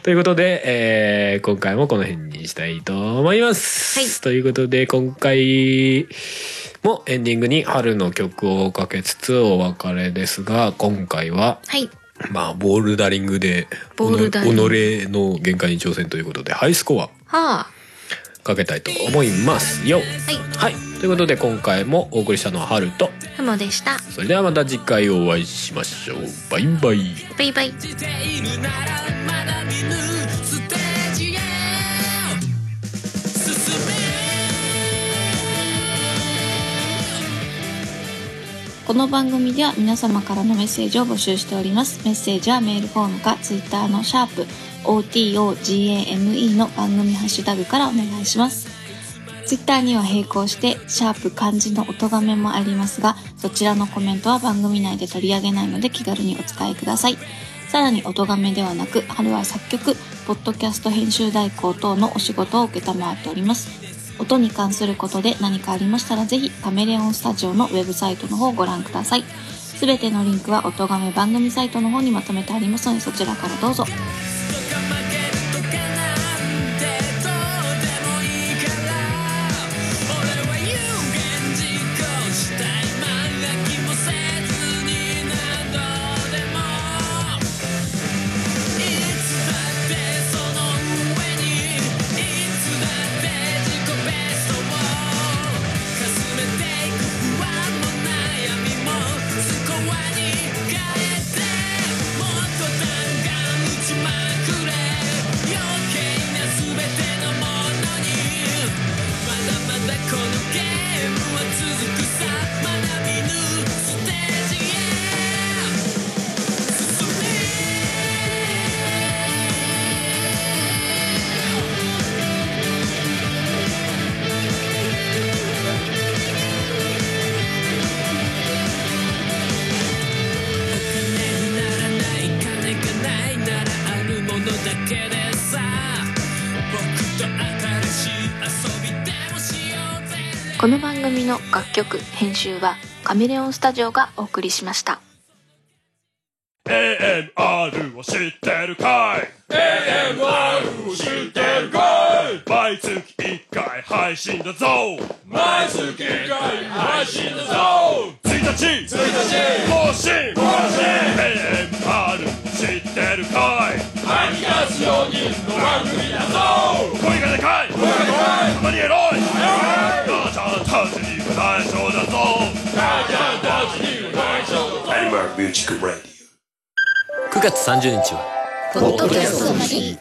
Speaker 1: ということで、えー今回もこの辺にしたいと思います、
Speaker 2: はい
Speaker 1: ということで今回もエンディングに春の曲をかけつつお別れですが今回は
Speaker 2: はい。
Speaker 1: まあボルダリングで
Speaker 2: ボルダリング
Speaker 1: 己の限界に挑戦ということでハイスコア
Speaker 2: はあ。
Speaker 1: かけたいと思いますよ
Speaker 2: はい。
Speaker 1: はいということで今回もお送りしたのは春と
Speaker 2: ふもでした。
Speaker 1: それではまた次回お会いしましょうバイバイ
Speaker 2: バイバイ。
Speaker 3: じているならまだ見ぬステージへ進め
Speaker 4: この番組では皆様からのメッセージを募集しておりますメッセージはメールフォームかツイッターのシャープ o t o g a m e の番組ハッシュタグからお願いしますツイッターには並行してシャープ漢字の音がめもありますがそちらのコメントは番組内で取り上げないので気軽にお使いくださいさらに音がめではなく春は作曲ポッドキャスト編集代行等のお仕事を承っております音に関することで何かありましたらぜひカメレオンスタジオのウェブサイトの方をご覧くださいすべてのリンクは音がめ番組サイトの方にまとめてありますのでそちらからどうぞ
Speaker 3: とか負けるとかなんてどうでもいいから俺は有言実行したいまだ気もせずになどうでもいつだってその上にいつだって自分の自己ベストをかすめていく不安も悩みもスコアに変えてもっと弾丸打ちまくれ余計な全てのものにまだまだこのゲームは続くさまだ見ぬステージへ進め金にならない金がないならあるものだけでさ僕と新しい遊びでもしようぜ
Speaker 4: この番組の楽曲編集はカメレオンスタジオがお送りしました
Speaker 5: ANR を知ってるかい ?ANR を知ってるかい毎月1回配信だぞ毎月1回配信だぞ !1 日 !1 日更新更新 !ANR 知ってるかいアニガス4人の番組だぞ声がでかい声がでかいたまにエロいガチャたちにも大将だぞガチャたちにも大将だぞ ANR ミュージックラディオ
Speaker 6: 9月30日は
Speaker 1: ポッドキャストの日